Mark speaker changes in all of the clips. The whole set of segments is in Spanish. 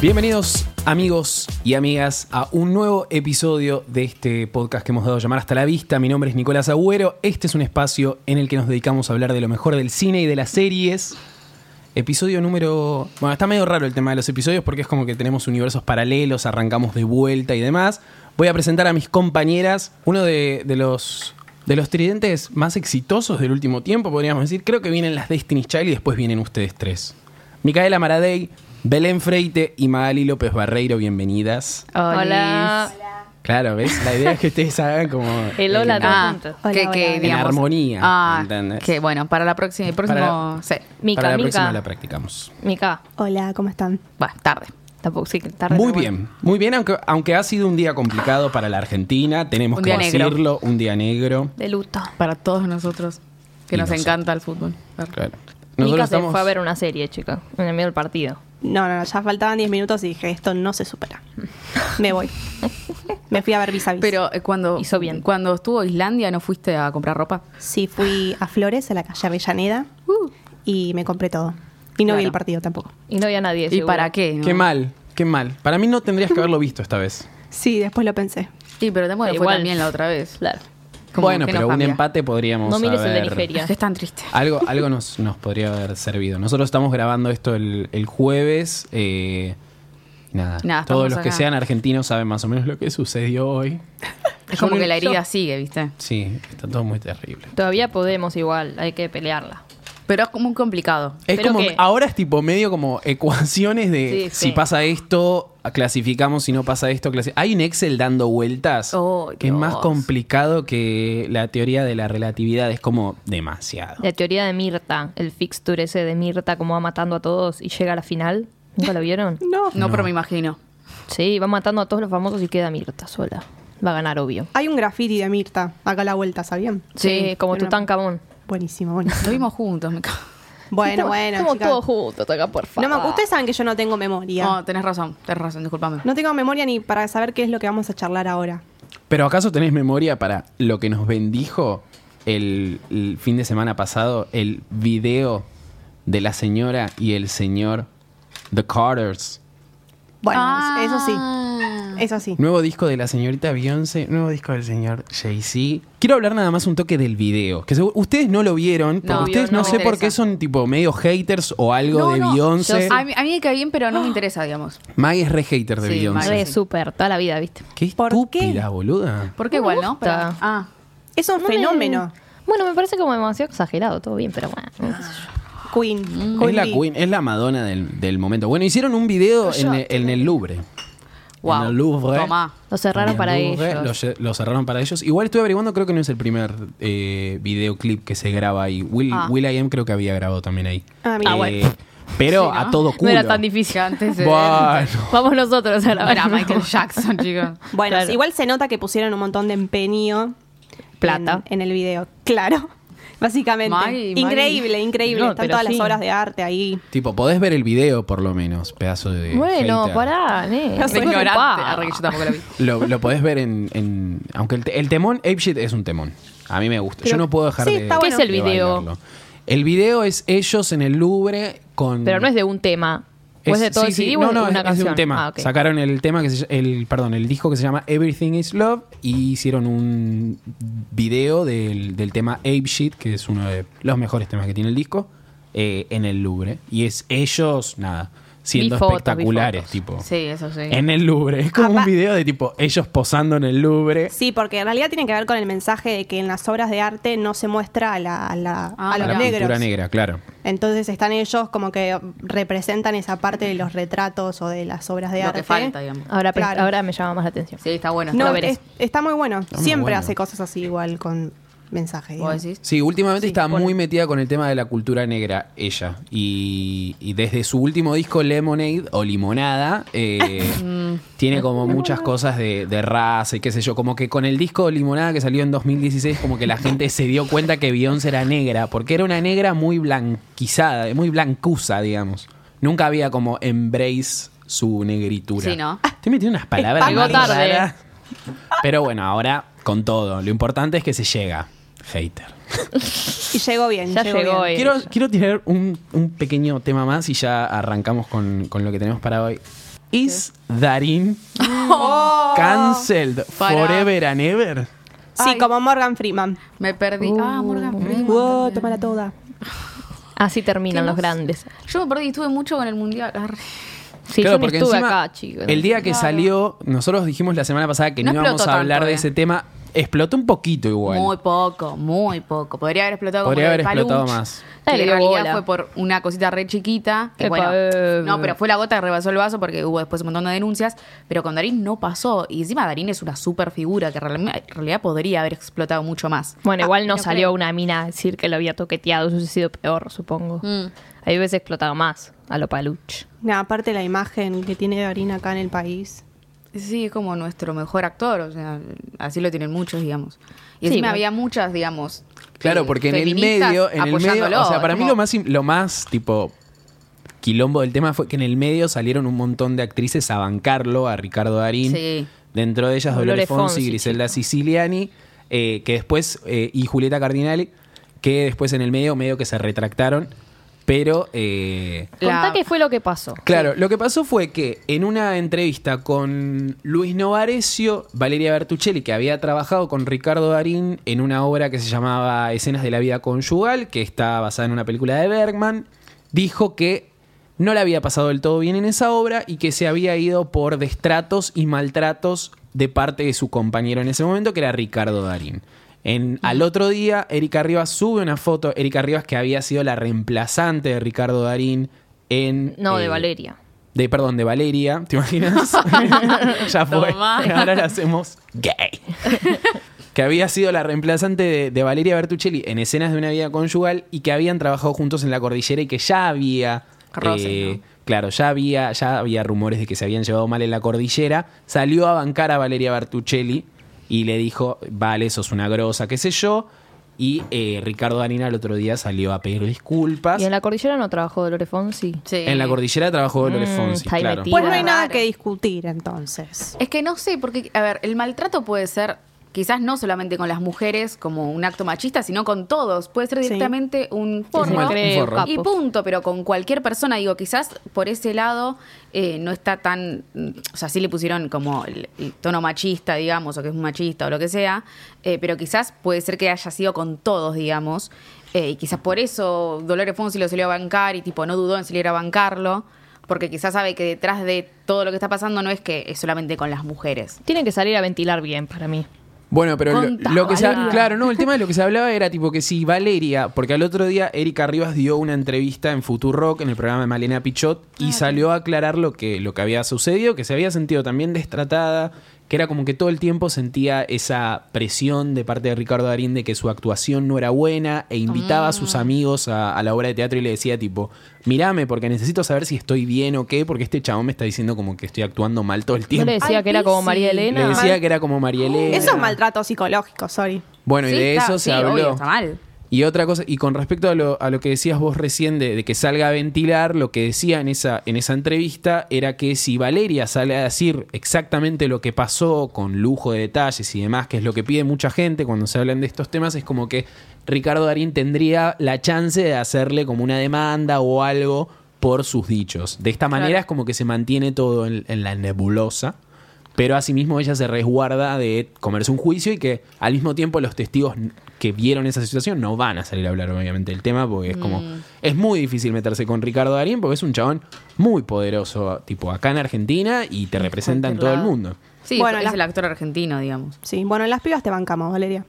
Speaker 1: Bienvenidos amigos y amigas a un nuevo episodio de este podcast que hemos dado a llamar Hasta la Vista. Mi nombre es Nicolás Agüero. Este es un espacio en el que nos dedicamos a hablar de lo mejor del cine y de las series. Episodio número... Bueno, está medio raro el tema de los episodios porque es como que tenemos universos paralelos, arrancamos de vuelta y demás. Voy a presentar a mis compañeras, uno de, de los... De los tridentes más exitosos del último tiempo, podríamos decir, creo que vienen las Destiny's Child y después vienen ustedes tres. Micaela Maradei, Belén Freite y Magali López Barreiro, bienvenidas.
Speaker 2: Hola.
Speaker 1: Claro, ¿ves? La idea es que ustedes hagan como...
Speaker 2: El hola
Speaker 1: el-
Speaker 2: todo
Speaker 3: Ah,
Speaker 2: junto.
Speaker 3: que,
Speaker 4: Hola,
Speaker 3: que,
Speaker 4: hola.
Speaker 1: En
Speaker 3: digamos-
Speaker 1: armonía,
Speaker 3: Ah,
Speaker 1: ¿entendés?
Speaker 3: que bueno, para la próxima, el próximo,
Speaker 1: Para-
Speaker 3: sí,
Speaker 2: Mica,
Speaker 1: Para la próxima
Speaker 2: Mica.
Speaker 1: la practicamos.
Speaker 2: Mica.
Speaker 4: Hola, ¿cómo están?
Speaker 3: va, tarde. Tampoco, sí, tarde.
Speaker 1: Muy
Speaker 3: pero bueno.
Speaker 1: bien, muy bien, aunque, aunque ha sido un día complicado para la Argentina, tenemos
Speaker 3: Un
Speaker 1: que
Speaker 3: día negro.
Speaker 1: decirlo, un día negro.
Speaker 2: De luto.
Speaker 3: Para todos nosotros, que
Speaker 1: Y
Speaker 3: nos
Speaker 1: nosotros.
Speaker 3: encanta el fútbol.
Speaker 1: Claro.
Speaker 2: Mica
Speaker 1: Nosotros
Speaker 2: se
Speaker 1: estamos...
Speaker 2: fue a ver una serie, chica. En el medio del partido.
Speaker 4: No, no, no, ya faltaban 10 minutos y dije, esto no se supera. Me voy. Me fui a ver vis a vis.
Speaker 3: Pero eh, cuando,
Speaker 2: Hizo bien.
Speaker 3: cuando estuvo Islandia, ¿no fuiste a comprar ropa?
Speaker 4: sí, fui a Flores, a la calle Avellaneda,
Speaker 2: Uh.
Speaker 4: y me compré todo. Y no vi
Speaker 3: Claro.
Speaker 4: el partido tampoco.
Speaker 2: Y no había nadie.
Speaker 3: ¿Y
Speaker 2: seguro.
Speaker 3: para qué? no?
Speaker 1: Qué mal, qué mal. Para mí no tendrías que haberlo visto esta vez.
Speaker 4: Sí, después lo pensé.
Speaker 3: Sí, pero tampoco
Speaker 2: Da
Speaker 3: fue
Speaker 2: igual.
Speaker 3: también la otra vez.
Speaker 2: Claro.
Speaker 3: Como
Speaker 1: bueno,
Speaker 3: que nos
Speaker 1: pero un
Speaker 3: cambia.
Speaker 1: empate Ah, podríamos
Speaker 2: No mires el de
Speaker 1: haber-
Speaker 2: Nigeria.
Speaker 3: Es tan triste.
Speaker 1: Algo, algo nos, nos podría haber servido. Nosotros estamos grabando esto el, el jueves. eh, nada,
Speaker 3: Nada,
Speaker 1: todos
Speaker 3: estamos
Speaker 1: los que
Speaker 3: acá.
Speaker 1: sean argentinos saben más o menos lo que sucedió hoy.
Speaker 3: Es como
Speaker 1: Yo-
Speaker 3: que la herida
Speaker 1: yo-
Speaker 3: sigue, ¿viste?
Speaker 1: Sí, está todo muy terrible.
Speaker 2: Todavía podemos igual. Hay que pelearla.
Speaker 3: Pero es como muy complicado.
Speaker 1: Es
Speaker 2: Pero
Speaker 1: como,
Speaker 2: que-
Speaker 1: ahora es tipo medio como ecuaciones de
Speaker 2: Sí,
Speaker 1: si
Speaker 2: sí.
Speaker 1: pasa esto, clasificamos, si no pasa esto, clasi- Hay un Excel dando vueltas
Speaker 3: Oh,
Speaker 1: que es más
Speaker 3: Dios.
Speaker 1: complicado que la teoría de la relatividad. Es como demasiado.
Speaker 2: La teoría de Mirta. El fixture ese de Mirta, como va matando a todos y llega a la final. ¿Nunca lo vieron?
Speaker 4: No.
Speaker 3: No, pero me imagino.
Speaker 2: Sí, va matando a todos los famosos y queda Mirta sola. Va a ganar, obvio.
Speaker 4: Hay un graffiti de Mirta, acá a la vuelta, ¿sabían?
Speaker 2: Sí,
Speaker 3: Sí,
Speaker 2: como
Speaker 4: era una-
Speaker 2: Tutankamón.
Speaker 4: Buenísimo,
Speaker 3: Lo
Speaker 4: buenísimo.
Speaker 3: vimos juntos, me cago.
Speaker 4: Bueno, bueno,
Speaker 2: Como
Speaker 4: chicas.
Speaker 2: todos juntos acá, por
Speaker 4: No
Speaker 2: favor.
Speaker 4: me- Ustedes saben que yo no tengo memoria.
Speaker 2: Ah.
Speaker 3: No, Oh, tenés razón, tenés razón, discúlpame.
Speaker 4: No tengo memoria ni para saber qué es lo que vamos a charlar ahora.
Speaker 1: ¿Pero acaso tenés memoria para lo que nos bendijo el, el fin de semana pasado? El video de la señora y el señor The Carters.
Speaker 4: Bueno,
Speaker 3: Ah.
Speaker 4: eso
Speaker 2: Ah.
Speaker 4: sí. Eso sí.
Speaker 1: Nuevo disco de la señorita Beyoncé, nuevo disco del señor Jay-Z. Quiero hablar nada más un toque del video. Que seguro- ustedes no lo vieron, porque
Speaker 3: No,
Speaker 1: ustedes
Speaker 3: yo
Speaker 1: no,
Speaker 3: no
Speaker 1: sé
Speaker 3: me
Speaker 1: por qué
Speaker 3: interesa.
Speaker 1: son tipo medio haters o algo
Speaker 3: No,
Speaker 1: de
Speaker 3: no,
Speaker 1: Beyoncé.
Speaker 3: yo- A mí, a mí me cae bien, pero no me interesa, digamos.
Speaker 1: Maggie es re hater de
Speaker 3: Sí,
Speaker 1: Beyoncé.
Speaker 3: Maggie.
Speaker 2: Re súper, toda la vida, ¿viste?
Speaker 1: Qué
Speaker 4: ¿Por qué?
Speaker 1: estúpida, boluda.
Speaker 3: Porque
Speaker 2: No me
Speaker 3: igual, ¿no? Pero-
Speaker 2: gusta.
Speaker 3: ah,
Speaker 4: Es un
Speaker 2: No me-
Speaker 4: fenómeno.
Speaker 2: Bueno, me parece como demasiado exagerado, todo bien, pero bueno. qué sé yo.
Speaker 4: Queen.
Speaker 1: Es la
Speaker 4: Bee.
Speaker 1: Queen, es la Madonna del, del momento. Bueno, hicieron un video en, el- en el Louvre.
Speaker 3: wow.
Speaker 1: En el Louvre.
Speaker 3: Tomá.
Speaker 2: Lo cerraron
Speaker 1: Bien,
Speaker 2: para
Speaker 1: Louvre,
Speaker 2: ellos.
Speaker 1: Lo, lle- lo cerraron para ellos. Igual estuve averiguando, creo que no es el primer eh, videoclip que se graba ahí. Will,
Speaker 3: Ah.
Speaker 1: Will I Am creo que había grabado también ahí.
Speaker 4: Ah, mira.
Speaker 1: Eh,
Speaker 4: Ah,
Speaker 2: bueno.
Speaker 1: Pero
Speaker 3: Sí, ¿no?
Speaker 1: a todo
Speaker 2: No
Speaker 1: culo.
Speaker 2: era tan difícil.
Speaker 3: Que antes de-
Speaker 1: Bueno.
Speaker 2: Vamos nosotros a la
Speaker 3: Era Michael Jackson, chicos.
Speaker 4: Bueno,
Speaker 2: Claro.
Speaker 4: igual se nota que pusieron un montón de empeño.
Speaker 2: Plata.
Speaker 4: En, en el video, claro. Básicamente.
Speaker 3: Mai, Mai.
Speaker 4: increíble, increíble.
Speaker 2: No,
Speaker 4: Están
Speaker 2: pero
Speaker 4: todas
Speaker 2: sí.
Speaker 4: las obras de arte ahí.
Speaker 1: Tipo, podés ver el video por lo menos, pedazo de.
Speaker 2: Bueno,
Speaker 1: hater.
Speaker 2: pará, eh.
Speaker 4: No
Speaker 3: Es
Speaker 4: soy
Speaker 2: Tengo
Speaker 3: ignorante.
Speaker 2: pa.
Speaker 3: Arre, que yo tampoco lo vi.
Speaker 1: Lo, lo podés ver en. en- aunque el, te- el temón, Apeshit es un temón. A mí me gusta. Yo
Speaker 4: Pero-
Speaker 1: no puedo dejar
Speaker 4: sí,
Speaker 1: de.
Speaker 4: está ¿Qué bueno.
Speaker 2: es el
Speaker 1: de
Speaker 2: video?
Speaker 1: bailarlo. El video es ellos en el Louvre con.
Speaker 2: Pero no es de un tema. ¿O es de todo
Speaker 1: sí,
Speaker 2: el CD
Speaker 1: sí,
Speaker 2: o
Speaker 1: no,
Speaker 2: es
Speaker 1: no,
Speaker 2: de
Speaker 1: es,
Speaker 2: una
Speaker 1: es de
Speaker 2: canción?
Speaker 1: un tema.
Speaker 2: Ah, ok.
Speaker 1: Sacaron el tema que se ll- el perdón, el disco que se llama Everything is Love y hicieron un video del, del tema Ape Shit, que es uno de los mejores temas que tiene el disco, eh, en el Louvre. Y es ellos, nada, siendo
Speaker 2: Vi fotos, vi
Speaker 1: espectaculares,
Speaker 2: fotos.
Speaker 1: tipo.
Speaker 3: Sí, eso sí.
Speaker 1: En el Louvre. Es como
Speaker 4: Apa-
Speaker 1: un video de tipo ellos posando en el Louvre.
Speaker 4: Sí, porque en realidad tiene que ver con el mensaje de que en las obras de arte no se muestra a, la- a la-
Speaker 3: Ah,
Speaker 4: a los
Speaker 1: la pintura
Speaker 4: negros.
Speaker 1: negra, claro.
Speaker 4: Entonces están ellos como que representan esa parte de los retratos o de las obras de
Speaker 3: Lo
Speaker 4: arte.
Speaker 3: que falta, digamos.
Speaker 2: Ahora, pe-
Speaker 4: Claro.
Speaker 2: ahora me llama más la atención.
Speaker 3: Sí, está bueno.
Speaker 4: No,
Speaker 3: lo veré.
Speaker 4: es- está muy bueno.
Speaker 1: muy
Speaker 4: Siempre
Speaker 1: bueno.
Speaker 4: hace cosas así igual con
Speaker 3: ¿Vos
Speaker 4: mensajes. digamos.
Speaker 3: decís?
Speaker 1: Sí, últimamente está
Speaker 2: pone.
Speaker 1: muy metida con el tema de la cultura negra, ella. Y, y desde su último disco, Lemonade o Limonada, eh,
Speaker 3: Mm.
Speaker 1: tiene como muchas cosas de, de raza y qué sé yo. Como que con el disco Limonada que salió en 2016, como que la gente se dio cuenta que Beyoncé era negra, porque era una negra muy blanquizada, muy blancusa, digamos. Nunca había como embrace su negritura.
Speaker 3: Sí, ¿no?
Speaker 1: Estoy metiendo unas palabras.
Speaker 2: Llegó
Speaker 1: más
Speaker 2: tarde.
Speaker 1: raras. Pero bueno, ahora con todo. Lo importante es que se llega. Hater.
Speaker 4: Y llegó bien.
Speaker 2: Ya llegó
Speaker 4: bien.
Speaker 2: bien.
Speaker 1: Quiero, quiero tirar un, un pequeño tema más y ya arrancamos con, con lo que tenemos para hoy. Is Darin
Speaker 3: Oh.
Speaker 1: cancelled
Speaker 3: Para.
Speaker 1: forever and ever?
Speaker 4: Sí,
Speaker 3: Ay.
Speaker 4: como Morgan Freeman.
Speaker 3: Me perdí.
Speaker 2: Uh.
Speaker 3: ah, Morgan Freeman.
Speaker 4: Wow,
Speaker 3: también.
Speaker 4: tómala toda.
Speaker 2: Así terminan
Speaker 3: ¿Qué
Speaker 2: los
Speaker 3: más?
Speaker 2: grandes.
Speaker 3: Yo me perdí, estuve mucho con el mundial. Arre.
Speaker 2: Sí,
Speaker 1: Claro,
Speaker 2: yo no
Speaker 1: porque
Speaker 2: estuve
Speaker 1: encima,
Speaker 2: acá, chicos.
Speaker 1: El día que salió, nosotros dijimos la semana pasada que no,
Speaker 3: No
Speaker 1: íbamos
Speaker 3: explotó
Speaker 1: a hablar
Speaker 3: tanto,
Speaker 1: de
Speaker 3: eh.
Speaker 1: ese tema. Explotó un poquito igual.
Speaker 3: Muy poco, muy poco. Podría haber explotado
Speaker 1: Podría
Speaker 3: como
Speaker 1: haber
Speaker 3: el de
Speaker 1: explotado
Speaker 3: Paluch,
Speaker 1: más.
Speaker 2: Ay,
Speaker 3: Que
Speaker 2: le
Speaker 3: en
Speaker 2: dio
Speaker 3: realidad
Speaker 2: bola.
Speaker 3: fue por una cosita re chiquita. que
Speaker 2: Epa,
Speaker 3: bueno,
Speaker 2: eh.
Speaker 3: no, pero fue la gota que rebasó el vaso porque hubo después un montón de denuncias. Pero con Darín no pasó. Y encima Darín es una super figura que realme- en realidad podría haber explotado mucho más.
Speaker 2: Bueno, igual no
Speaker 3: Ah, no
Speaker 2: salió
Speaker 3: creo.
Speaker 2: una mina a decir que lo había toqueteado, eso hubiese sido peor, supongo.
Speaker 3: Mm.
Speaker 2: Ahí hubiese explotado más a lo paluch.
Speaker 4: No, aparte la imagen que tiene Darín acá en el país.
Speaker 3: Sí, es como nuestro mejor actor. O sea, así lo tienen muchos, digamos. Y
Speaker 2: Sí,
Speaker 3: encima
Speaker 2: bueno.
Speaker 3: había muchas, digamos.
Speaker 1: Claro,
Speaker 3: eh,
Speaker 1: porque en el
Speaker 3: feministas
Speaker 1: medio, en el medio,
Speaker 3: apoyándolo.
Speaker 1: o sea, para
Speaker 3: Es
Speaker 1: mí
Speaker 3: como-
Speaker 1: lo más, im- lo más tipo quilombo del tema fue que en el medio salieron un montón de actrices a bancarlo a Ricardo Darín.
Speaker 3: Sí.
Speaker 1: Dentro de ellas Dolores,
Speaker 2: Dolores
Speaker 1: Fonsi,
Speaker 2: Fonsi,
Speaker 1: Griselda Siciliani, eh, que después eh, y Julieta Cardinale, que después en el medio medio que se retractaron, pero eh,
Speaker 3: La-
Speaker 2: Contá qué fue lo que pasó.
Speaker 1: Claro, lo que pasó fue que en una entrevista con Luis Novarecio, Valeria Bertuccelli, que había trabajado con Ricardo Darín en una obra que se llamaba Escenas de la vida conyugal, que está basada en una película de Bergman, dijo que no le había pasado del todo bien en esa obra y que se había ido por destratos y maltratos de parte de su compañero en ese momento, que era Ricardo Darín. En, al otro día, Erika Rivas sube una foto, Erika Rivas que había sido la reemplazante de Ricardo Darín en...
Speaker 2: No, de
Speaker 1: eh,
Speaker 2: Valeria.
Speaker 1: de, perdón, de Valeria, ¿te imaginas? ya fue.
Speaker 3: Tomá.
Speaker 1: Ahora la hacemos gay. que había sido la reemplazante de, de Valeria Bertuccelli en escenas de una vida conyugal y que habían trabajado juntos en la cordillera y que ya había. eh,
Speaker 3: Roces, ¿no?
Speaker 1: Claro, ya había, ya había rumores de que se habían llevado mal en la cordillera. Salió a bancar a Valeria Bertuccelli y le dijo: Vale, sos una grosa, qué sé yo. Y eh, Ricardo Danina el otro día salió a pedir disculpas.
Speaker 2: Y en la cordillera no trabajó Dolores Fonsi.
Speaker 3: Sí.
Speaker 1: En la cordillera trabajó Dolores
Speaker 2: Mm,
Speaker 1: Fonsi,
Speaker 2: está ahí
Speaker 1: claro.
Speaker 2: metida.
Speaker 4: Pues no hay nada
Speaker 3: Raro.
Speaker 4: que discutir entonces.
Speaker 3: Es que no sé, porque, a ver, el maltrato puede ser quizás no solamente con las mujeres como un acto machista, sino con todos. Puede ser
Speaker 4: Sí.
Speaker 3: directamente un porno.
Speaker 1: mal- un
Speaker 2: cree
Speaker 1: forro.
Speaker 2: capo.
Speaker 3: Y punto, pero con cualquier persona, digo, quizás por ese lado eh, no está tan. mm, O sea, sí le pusieron como el, el tono machista, digamos, o que es un machista o lo que sea, eh, pero quizás puede ser que haya sido con todos, digamos. eh, y quizás por eso Dolores Fonsi lo salió a bancar y tipo no dudó en salir a bancarlo, porque quizás sabe que detrás de todo lo que está pasando no es que es solamente con las mujeres.
Speaker 2: Tiene que salir a ventilar bien para mí.
Speaker 1: Bueno, pero lo,
Speaker 3: Contá,
Speaker 1: lo que se,
Speaker 3: Valeria.
Speaker 1: claro, no, el tema de lo que se hablaba era tipo que si Valeria, porque al otro día Erika Rivas dio una entrevista en Futurock en el programa de Malena Pichot
Speaker 2: Ah,
Speaker 1: y salió a aclarar lo que lo que había sucedido, que se había sentido también destratada, que era como que todo el tiempo sentía esa presión de parte de Ricardo Darín de que su actuación no era buena e invitaba a
Speaker 2: Ah.
Speaker 1: sus amigos a, a la obra de teatro y le decía tipo, "Mírame porque necesito saber si estoy bien o qué, porque este chabón me está diciendo como que estoy actuando mal todo el
Speaker 2: No
Speaker 1: tiempo."
Speaker 2: le decía
Speaker 4: Ay,
Speaker 2: que era como
Speaker 4: Pisi.
Speaker 2: María
Speaker 1: Le
Speaker 2: Elena.
Speaker 1: decía que era como
Speaker 3: Oh.
Speaker 1: María
Speaker 3: Eh.
Speaker 1: Elena.
Speaker 4: Eso es maltrato psicológico, sorry.
Speaker 1: Bueno, y
Speaker 3: Sí,
Speaker 1: de
Speaker 3: está-
Speaker 1: eso
Speaker 3: sí,
Speaker 1: se habló.
Speaker 3: obvio, está mal.
Speaker 1: Y otra cosa, y con respecto a lo, a lo que decías vos recién de, de que salga a ventilar, lo que decía en esa, en esa entrevista era que si Valeria sale a decir exactamente lo que pasó, con lujo de detalles y demás, que es lo que pide mucha gente cuando se hablan de estos temas, es como que Ricardo Darín tendría la chance de hacerle como una demanda o algo por sus dichos. De esta manera es como que se mantiene todo en, en la nebulosa. Pero asimismo ella se resguarda de comerse un juicio y que al mismo tiempo los testigos n- que vieron esa situación no van a salir a hablar obviamente del tema porque es como...
Speaker 2: Mm.
Speaker 1: Es muy difícil meterse con Ricardo Darín porque es un chabón muy poderoso, tipo acá en Argentina y te representa en todo el mundo.
Speaker 3: Sí,
Speaker 4: Bueno,
Speaker 3: es
Speaker 4: las-
Speaker 3: el actor argentino, digamos.
Speaker 4: Sí, bueno, en las pibas te bancamos, Valeria.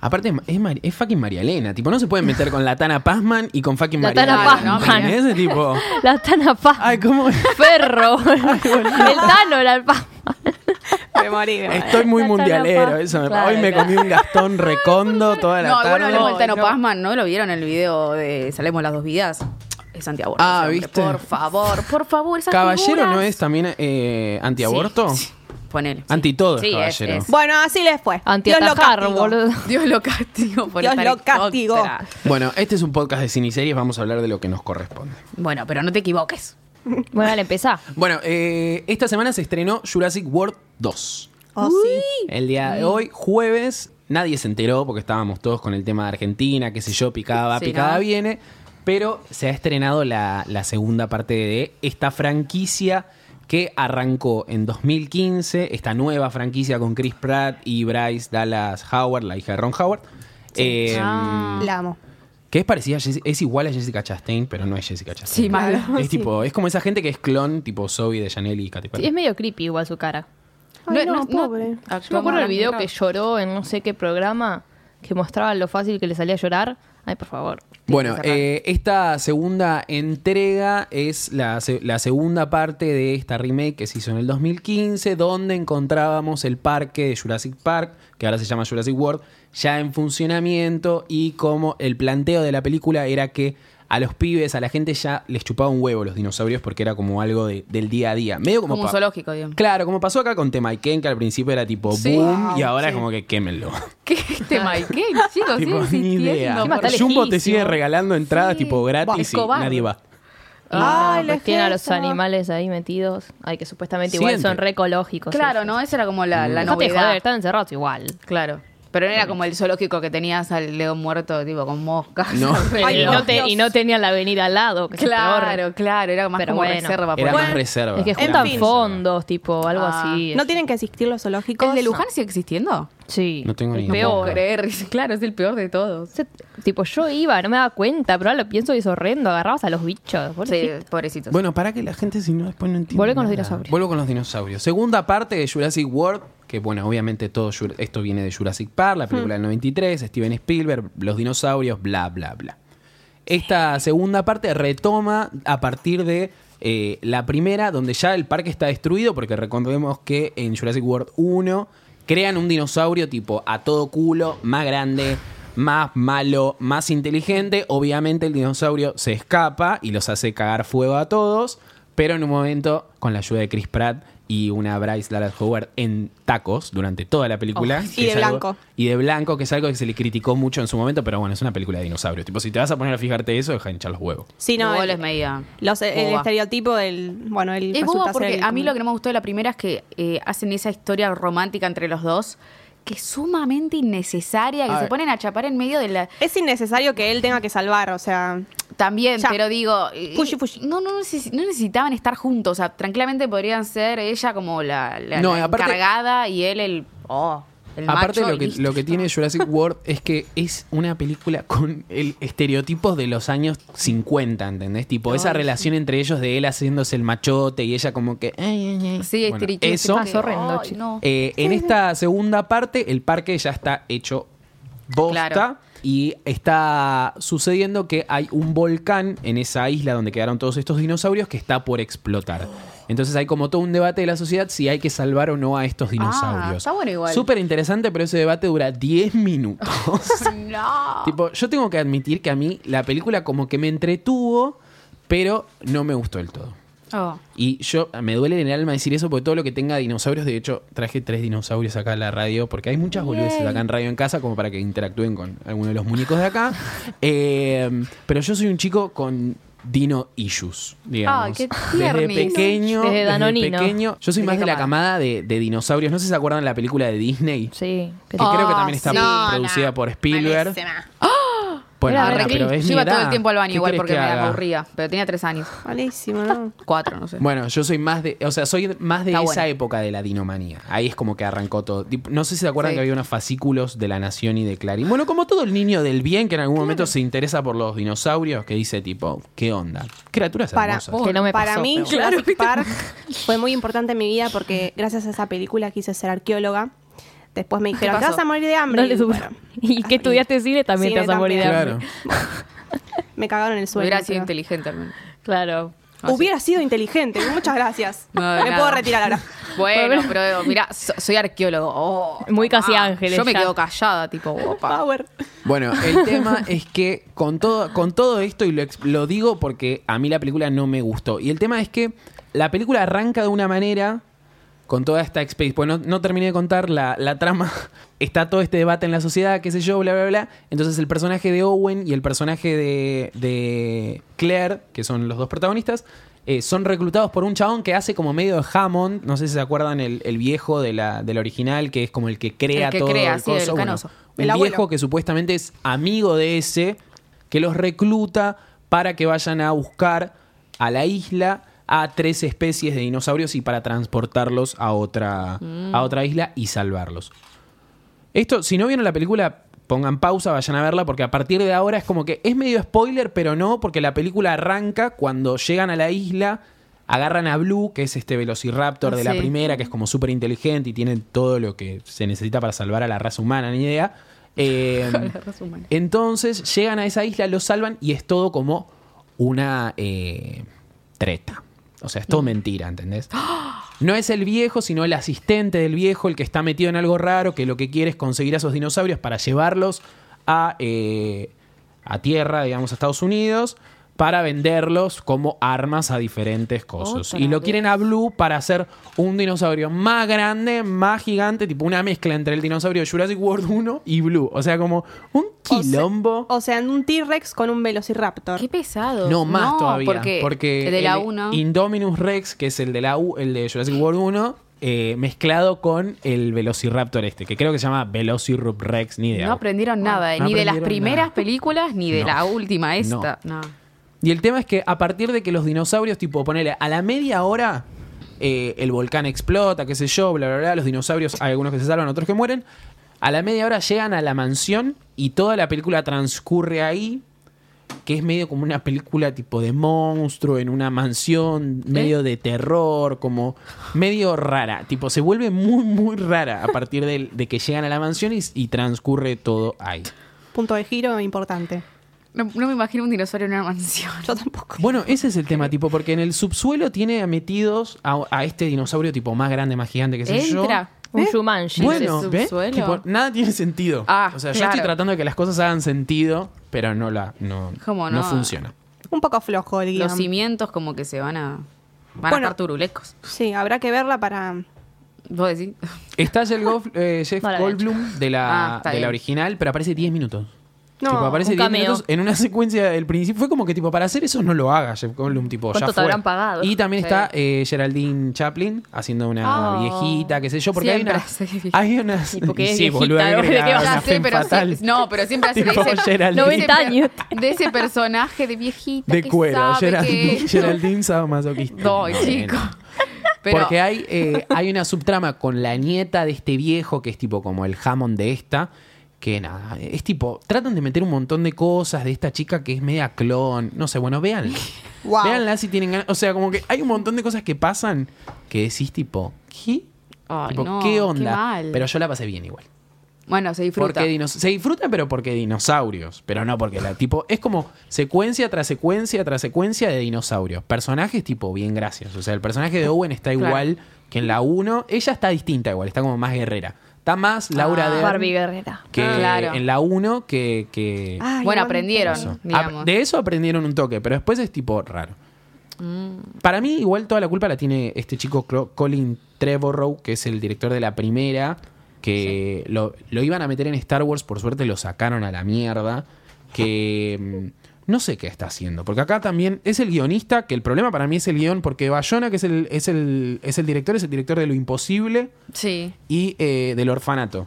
Speaker 1: Aparte es, ma- es Mari- es fucking María Elena, tipo no se pueden meter con la Tana Pazman y con fucking
Speaker 2: La
Speaker 1: María
Speaker 2: Tana
Speaker 1: Elena.
Speaker 2: Pazman.
Speaker 1: ¿entendés? Es tipo...
Speaker 2: La Tana Paz.
Speaker 1: Ay, ¿cómo?
Speaker 2: Ferro. el Tano era el Paz.
Speaker 4: Me morí. me morí.
Speaker 1: Estoy muy
Speaker 2: La Tana
Speaker 1: mundialero,
Speaker 2: Pazman.
Speaker 1: eso. me-
Speaker 2: Claro,
Speaker 1: Hoy me
Speaker 2: claro.
Speaker 1: comí un Gastón Recondo toda la
Speaker 3: No,
Speaker 1: tarde.
Speaker 3: bueno, hablemos del Tano
Speaker 2: no.
Speaker 3: Pazman, ¿no? Lo vieron en el video de Salemos las dos vidas. Es Santiago.
Speaker 1: Ah, ¿viste?
Speaker 3: Por favor, por favor, esas
Speaker 1: ¿Caballero
Speaker 3: figuras.
Speaker 1: no es también eh, antiaborto?
Speaker 3: Sí, sí, Ponele. sí.
Speaker 1: Anti todo es
Speaker 3: Sí,
Speaker 1: caballero.
Speaker 4: Bueno, así les fue. Dios lo
Speaker 2: Antiatajar,
Speaker 4: castigó.
Speaker 2: boludo.
Speaker 3: Dios lo castigo por
Speaker 4: Dios
Speaker 3: estar
Speaker 4: lo castigó.
Speaker 3: exóptera.
Speaker 1: Bueno, este es un podcast de cine y series, vamos a hablar de lo que nos corresponde.
Speaker 3: Bueno, pero no te equivoques.
Speaker 2: Bueno, dale, empezá.
Speaker 1: Bueno, eh, esta semana se estrenó Jurassic World 2.
Speaker 4: Oh, sí.
Speaker 1: El día de hoy, jueves, nadie se enteró porque estábamos todos con el tema de Argentina, qué sé yo, picada va,
Speaker 3: Sí,
Speaker 1: picada
Speaker 3: ¿no?
Speaker 1: viene. Pero se ha estrenado la, la segunda parte de esta franquicia que arrancó en 2015 esta nueva franquicia con Chris Pratt y Bryce Dallas Howard, la hija de Ron Howard. Eh,
Speaker 3: Ah.
Speaker 4: La amo.
Speaker 1: Que es parecida, a Jessi- es igual a Jessica Chastain, pero no es Jessica Chastain.
Speaker 3: Sí, malo.
Speaker 1: Es tipo, es como esa gente que es clon, tipo Zoe de Chanel y Katy Perry.
Speaker 2: Sí, es medio creepy igual su cara.
Speaker 4: Ay, no, pobre.
Speaker 3: actuamos
Speaker 2: Yo me acuerdo del
Speaker 3: realmente
Speaker 2: video
Speaker 3: no.
Speaker 2: que lloró en no sé qué programa que mostraba lo fácil que le salía a llorar. Ay, por favor.
Speaker 1: Bueno,
Speaker 3: cerrar.
Speaker 1: eh, esta segunda entrega es la, se- la segunda parte de esta remake que se hizo en el 2015, donde encontrábamos el parque de Jurassic Park, que ahora se llama Jurassic World, ya en funcionamiento y como el planteo de la película era que a los pibes, a la gente ya les chupaba un huevo los dinosaurios porque era como algo de- del día a día. Medio como,
Speaker 3: Como un
Speaker 1: pa-
Speaker 3: zoológico, digamos.
Speaker 1: Claro, como pasó acá con Tema Ken, que al principio era tipo
Speaker 3: Sí.
Speaker 1: boom y
Speaker 3: Wow,
Speaker 1: ahora es como que quémenlo.
Speaker 3: ¿Qué es este Mike? Chicos, sigue
Speaker 1: Tipo, ni
Speaker 3: existiendo,
Speaker 1: idea.
Speaker 3: por
Speaker 2: Encima está
Speaker 1: Jumbo te
Speaker 2: lejísimo.
Speaker 1: sigue regalando entradas tipo
Speaker 3: Buah,
Speaker 1: gratis y
Speaker 3: Escobar.
Speaker 1: nadie va.
Speaker 2: Y
Speaker 4: Ay,
Speaker 2: no,
Speaker 4: la
Speaker 2: pues tiene a los
Speaker 4: fiesta.
Speaker 2: animales ahí metidos. Ay, que supuestamente igual
Speaker 1: Siempre.
Speaker 2: son re ecológicos.
Speaker 3: Claro,
Speaker 2: ellos.
Speaker 3: ¿no? Esa era como la, la
Speaker 2: Dejate de
Speaker 3: novedad.
Speaker 2: joder, están encerrados igual.
Speaker 3: Claro. Pero no era como el zoológico que tenías al león muerto, tipo, con moscas.
Speaker 1: No.
Speaker 2: y,
Speaker 3: no.
Speaker 2: no te- y no tenían la avenida al lado. Que es peor.
Speaker 3: Claro, claro. Era más
Speaker 2: Pero
Speaker 3: como
Speaker 2: bueno.
Speaker 3: reserva. por
Speaker 1: Era
Speaker 3: ahí.
Speaker 1: más reserva.
Speaker 2: Es que
Speaker 1: Era
Speaker 2: juntan
Speaker 1: más reserva.
Speaker 2: fondos, tipo, algo
Speaker 3: Ah.
Speaker 2: así.
Speaker 4: No tienen que existir los zoológicos.
Speaker 3: ¿El de Luján sigue existiendo?
Speaker 2: Sí.
Speaker 1: No tengo ni idea.
Speaker 2: Peor. eh.
Speaker 1: No
Speaker 3: Creer, claro, es el peor de todos.
Speaker 2: Ese- Tipo, yo iba, no me daba cuenta, pero ahora lo pienso y es horrendo. Agarrabas a los bichos.
Speaker 3: Sí,
Speaker 2: pobrecito.
Speaker 3: pobrecitos.
Speaker 1: Bueno, para que la gente si no después no entiende.
Speaker 2: Vuelve con los
Speaker 1: nada.
Speaker 2: dinosaurios.
Speaker 1: Vuelvo con los dinosaurios. Segunda parte de Jurassic World, que bueno, obviamente todo Jur- esto viene de Jurassic Park, la
Speaker 3: Hmm.
Speaker 1: película del 93, Steven Spielberg, los dinosaurios, bla, bla, bla. Esta segunda parte retoma a partir de eh, la primera, donde ya el parque está destruido, porque recordemos que en Jurassic World 1 crean un dinosaurio tipo a todo culo, más grande, más malo, más inteligente. Obviamente el dinosaurio se escapa y los hace cagar fuego a todos, pero en un momento, con la ayuda de Chris Pratt y una Bryce Dallas Howard en tacos durante toda la película.
Speaker 4: Oh,
Speaker 1: que
Speaker 4: y
Speaker 1: es
Speaker 4: de
Speaker 1: algo-
Speaker 4: blanco.
Speaker 1: y de blanco, que es algo que se le criticó mucho en su momento, pero bueno, es una película de dinosaurios. Tipo, si te vas a poner a fijarte eso, deja de hinchar los huevos.
Speaker 4: Sí, no,
Speaker 3: Igual
Speaker 4: el,
Speaker 3: es media
Speaker 4: eh, los- el
Speaker 3: boba.
Speaker 4: estereotipo del. Bueno, el.
Speaker 3: Es boba
Speaker 4: resulta
Speaker 3: porque
Speaker 4: ser el-
Speaker 3: a mí lo que no me gustó de la primera es que eh, hacen esa historia romántica entre los dos que es sumamente innecesaria, que
Speaker 1: A
Speaker 3: se
Speaker 1: ver.
Speaker 3: ponen a chapar en medio de la...
Speaker 4: Es innecesario que él tenga que salvar, o sea.
Speaker 3: También,
Speaker 4: Ya.
Speaker 3: pero digo... eh,
Speaker 4: Fushi, fushi.
Speaker 3: No, no, neces- no necesitaban estar juntos, o sea, tranquilamente podrían ser ella como la, la-
Speaker 1: No,
Speaker 3: la
Speaker 1: y aparte-
Speaker 3: encargada y él el... Oh, el
Speaker 1: Aparte,
Speaker 3: macho
Speaker 1: lo
Speaker 3: y
Speaker 1: que,
Speaker 3: listo.
Speaker 1: lo que tiene Jurassic World es que es una película con el estereotipos de los años 50, ¿entendés? Tipo, esa relación entre ellos de él haciéndose el machote y ella como que... "Ay, ay, ay".
Speaker 3: Sí,
Speaker 1: Bueno, eso-
Speaker 3: estiriquísimo, que-
Speaker 2: Ah, horrendo,
Speaker 3: Ay,
Speaker 2: chico.
Speaker 3: no.
Speaker 1: Eh, en esta segunda parte, el parque ya está hecho bosta.
Speaker 3: Claro.
Speaker 1: Y está sucediendo que hay un volcán en esa isla donde quedaron todos estos dinosaurios que está por explotar. Entonces hay como todo un debate de la sociedad si hay que salvar o no a estos dinosaurios.
Speaker 3: Ah, está bueno igual.
Speaker 1: Súper interesante, pero ese debate dura 10 minutos.
Speaker 3: No.
Speaker 1: tipo, yo tengo que admitir que a mí la película como que me entretuvo, pero no me gustó del todo.
Speaker 3: Oh.
Speaker 1: Y yo ah, me duele en el alma decir eso porque todo lo que tenga dinosaurios, de hecho, traje tres dinosaurios acá a la radio, porque hay muchas boludeces acá en radio en casa como para que interactúen con alguno de los muñecos de acá. Eh, pero yo soy un chico con dino issues, digamos.
Speaker 3: Ay, qué
Speaker 1: desde
Speaker 3: tiernis.
Speaker 1: pequeño,
Speaker 2: Desde
Speaker 1: desde
Speaker 2: Danonino.
Speaker 1: pequeño. Yo soy
Speaker 3: ¿De
Speaker 1: más
Speaker 3: qué
Speaker 1: de la
Speaker 3: camada?
Speaker 1: camada de, de dinosaurios. No sé si se acuerdan de la película de Disney.
Speaker 2: Sí.
Speaker 1: Que
Speaker 2: Oh,
Speaker 1: creo que también está
Speaker 3: Ah, sí. No,
Speaker 1: producida por Spielberg. Bueno,
Speaker 2: Era
Speaker 1: nada,
Speaker 2: re
Speaker 1: pero es
Speaker 3: Yo
Speaker 1: mi
Speaker 3: iba todo
Speaker 1: edad.
Speaker 3: el tiempo al baño
Speaker 1: ¿Qué
Speaker 3: igual
Speaker 1: querés
Speaker 3: porque
Speaker 1: que
Speaker 3: me
Speaker 1: haga?
Speaker 3: aburría, pero tenía tres años,
Speaker 4: Malísimo, ¿no?
Speaker 3: cuatro, no sé.
Speaker 1: Bueno, yo soy más de, o sea, soy más de
Speaker 3: Está
Speaker 1: esa
Speaker 3: bueno.
Speaker 1: época de la dinomanía. Ahí es como que arrancó todo. Tipo, No sé si se acuerdan
Speaker 3: Sí.
Speaker 1: que había unos fascículos de La Nación y de Clarín. Bueno, como todo el niño del bien que en algún momento se interesa por los dinosaurios, que dice tipo, ¿qué onda? Criaturas
Speaker 4: Para,
Speaker 1: hermosas.
Speaker 2: Que no me
Speaker 4: para
Speaker 2: pasó,
Speaker 4: mí,
Speaker 2: pero
Speaker 4: Jurassic Park fue muy importante en mi vida porque gracias a esa película quise ser arqueóloga. Después me dijeron,
Speaker 3: pasó?
Speaker 4: te vas a morir de hambre.
Speaker 2: No le
Speaker 4: Y
Speaker 2: supe-
Speaker 4: Oh, bueno,
Speaker 2: y que estudiaste cine también te
Speaker 4: Cine
Speaker 2: vas a morir de
Speaker 4: también.
Speaker 2: hambre.
Speaker 1: Claro.
Speaker 4: me cagaron el sueño.
Speaker 3: Hubiera sido
Speaker 4: pero-
Speaker 3: inteligente también.
Speaker 2: Claro.
Speaker 4: Hubiera sido inteligente. Muchas gracias.
Speaker 3: No, de
Speaker 4: me
Speaker 3: nada.
Speaker 4: puedo retirar ahora.
Speaker 3: Bueno, pero mira, so- soy arqueólogo. Oh,
Speaker 2: Muy casi
Speaker 3: mamá.
Speaker 2: ángeles
Speaker 3: Yo me
Speaker 2: ya.
Speaker 3: quedo callada, tipo, opa.
Speaker 4: Power.
Speaker 1: Bueno, el tema es que con todo, con todo esto, y lo, ex- lo digo porque a mí la película no me gustó. Y el tema es que la película arranca de una manera con toda esta experiencia. Pues no, no terminé de contar la, la trama. Está todo este debate en la sociedad, qué sé yo, bla, bla, bla. Entonces el personaje de Owen y el personaje de, de Claire, que son los dos protagonistas, eh, son reclutados por un chabón que hace como medio de Hammond. No sé si se acuerdan el, el viejo de la, del original, que es como el que crea
Speaker 3: El que
Speaker 1: todo
Speaker 3: crea,
Speaker 1: el
Speaker 3: sí, el
Speaker 1: coso. Bueno,
Speaker 3: canoso.
Speaker 1: un
Speaker 4: El abuelo.
Speaker 1: viejo que supuestamente es amigo de ese, que los recluta para que vayan a buscar a la isla a tres especies de dinosaurios y para transportarlos a otra, a otra isla y salvarlos. Esto, si no vieron la película, pongan pausa, vayan a verla, porque a partir de ahora es como que es medio spoiler, pero no, porque la película arranca cuando llegan a la isla, agarran a Blue, que es este velociraptor de la
Speaker 3: Sí.
Speaker 1: primera, que es como súper inteligente y tiene todo lo que se necesita para salvar a la raza humana, ni idea. Eh, entonces llegan a esa isla, los salvan y es todo como una eh, treta. O sea, es todo mentira, ¿entendés? No es el viejo, sino el asistente del viejo, el que está metido en algo raro, que lo que quiere es conseguir a esos dinosaurios para llevarlos a, eh, a tierra, digamos, a Estados Unidos, para venderlos como armas a diferentes cosas.
Speaker 3: Otra
Speaker 1: Y lo
Speaker 3: vez.
Speaker 1: quieren a Blue para hacer un dinosaurio más grande, más gigante, tipo una mezcla entre el dinosaurio de Jurassic World 1 y Blue. O sea, como un
Speaker 4: O sea-
Speaker 1: quilombo.
Speaker 4: O sea, un T-Rex con un velociraptor.
Speaker 3: Qué pesado.
Speaker 1: No, más todavía.
Speaker 3: Porque,
Speaker 1: porque
Speaker 3: de la
Speaker 1: el
Speaker 3: 1.
Speaker 1: Indominus Rex, que es el de, la U- el de Jurassic World 1, eh, mezclado con el Velociraptor este, que creo que se llama Velociraptor Rex, ni idea.
Speaker 3: No aprendieron nada, eh,
Speaker 1: No
Speaker 3: ni de las
Speaker 1: aprendieron
Speaker 3: primeras
Speaker 1: nada.
Speaker 3: películas, ni de
Speaker 1: No.
Speaker 3: la última esta. No.
Speaker 1: y el tema es que a partir de que los dinosaurios, tipo, ponele, a la media hora eh, el volcán explota, qué sé yo, bla, bla, bla, los dinosaurios, hay algunos que se salvan, otros que mueren, a la media hora llegan a la mansión y toda la película transcurre ahí. que es medio como una película tipo de monstruo en una mansión, medio de terror, como medio rara. Tipo, se vuelve muy, muy rara a partir del- de, que llegan a la mansión y, y transcurre todo ahí.
Speaker 4: Punto de giro importante.
Speaker 3: No, no me imagino un dinosaurio en una mansión.
Speaker 4: Yo tampoco.
Speaker 1: Bueno, ese es el tema, tipo, porque en el subsuelo tiene metidos a, a este dinosaurio tipo más grande, más gigante que sé yo.
Speaker 3: Entra.
Speaker 2: Un
Speaker 1: ¿Eh?
Speaker 2: Shumanji.
Speaker 1: Bueno,
Speaker 3: ¿En el
Speaker 1: ¿ves?
Speaker 3: subsuelo?
Speaker 1: Tipo, nada tiene sentido.
Speaker 3: Ah,
Speaker 1: o sea, yo
Speaker 3: claro.
Speaker 1: estoy tratando de que las cosas hagan sentido, pero no la no,
Speaker 3: ¿Cómo
Speaker 1: no
Speaker 3: no?
Speaker 1: funciona.
Speaker 4: Un poco flojo el guión.
Speaker 3: Los cimientos como que se van a. Van
Speaker 4: Bueno.
Speaker 3: a estar turulecos.
Speaker 4: Sí, habrá que verla para.
Speaker 3: Vos decís.
Speaker 1: Está Jeff, Gold- eh, Jeff
Speaker 2: No la
Speaker 1: Goldblum de
Speaker 3: Ah,
Speaker 1: la,
Speaker 3: está
Speaker 1: de la
Speaker 3: bien.
Speaker 1: original, pero aparece 10 minutos.
Speaker 4: No,
Speaker 1: tipo, aparece
Speaker 2: un
Speaker 1: 10
Speaker 2: cameo.
Speaker 1: minutos en una secuencia del principio. Fue como que, tipo, para hacer eso no lo haga Jeff Goldblum, tipo, ya
Speaker 2: ¿Cuánto te
Speaker 1: fue.
Speaker 2: habrán pagado?
Speaker 1: Y también
Speaker 3: Sí.
Speaker 1: está eh, Geraldine Chaplin haciendo una
Speaker 3: Oh.
Speaker 1: viejita, qué sé yo, porque
Speaker 3: Siempre
Speaker 1: hay
Speaker 3: hace
Speaker 1: unas...
Speaker 3: viejita.
Speaker 1: Hay unas...
Speaker 2: Y porque
Speaker 1: y
Speaker 2: es
Speaker 1: sí,
Speaker 2: viejita,
Speaker 1: boludo,
Speaker 2: ¿de
Speaker 1: agregada,
Speaker 2: qué vas a
Speaker 1: una
Speaker 2: Ah,
Speaker 1: fe
Speaker 3: pero
Speaker 1: fatal.
Speaker 3: sí- no, pero siempre hace de
Speaker 1: Tipo
Speaker 3: ese,
Speaker 1: Geraldine.
Speaker 3: de ese per-
Speaker 2: 90 años.
Speaker 3: de ese personaje de viejita.
Speaker 1: De
Speaker 3: que
Speaker 1: cuero,
Speaker 3: sabe
Speaker 1: Geraldine,
Speaker 3: que-
Speaker 1: Geraldine sadomasoquista.
Speaker 3: No,
Speaker 1: No,
Speaker 3: chico.
Speaker 1: nena.
Speaker 3: Pero,
Speaker 1: Porque hay, eh, hay una subtrama con la nieta de este viejo, que es tipo como el jamón de esta, que nada, es tipo, tratan de meter un montón de cosas de esta chica que es media clon, no sé, bueno, vean.
Speaker 4: Wow.
Speaker 1: Veanla si tienen ganas, o sea, como que hay un montón de cosas que pasan que decís tipo, ¿qué?
Speaker 3: Ay,
Speaker 1: Tipo,
Speaker 3: no,
Speaker 1: ¿Qué
Speaker 3: qué
Speaker 1: onda?
Speaker 3: mal.
Speaker 1: Pero yo la pasé bien igual.
Speaker 3: bueno, se disfruta.
Speaker 1: Porque dinos- se disfruta, pero porque dinosaurios. Pero no porque la tipo. Es como secuencia tras secuencia tras secuencia de dinosaurios. Personajes tipo, bien, gracias. O sea, el personaje de Owen está
Speaker 3: Claro.
Speaker 1: igual que en la 1. Ella está distinta igual, está como más guerrera. Está más Laura
Speaker 3: Ah,
Speaker 1: de
Speaker 2: Barbie Guerrera.
Speaker 1: que
Speaker 3: Ah, claro. Ah,
Speaker 1: en la 1 que. que
Speaker 4: Ay,
Speaker 3: bueno,
Speaker 4: igual-
Speaker 3: aprendieron,
Speaker 1: eso.
Speaker 3: digamos.
Speaker 1: Ah, De eso aprendieron un toque, pero después es tipo raro. Para mí, igual toda la culpa la tiene este chico Clo- Colin Trevorrow, que es el director de la primera, que lo, lo iban a meter en Star Wars, por suerte lo sacaron a la mierda, que mm, no sé qué está haciendo, porque acá también es el guionista, que el problema para mí es el guión, porque Bayona, que es el, es el, es el director, es el director de Lo Imposible
Speaker 3: Sí.
Speaker 1: y eh, del Orfanato.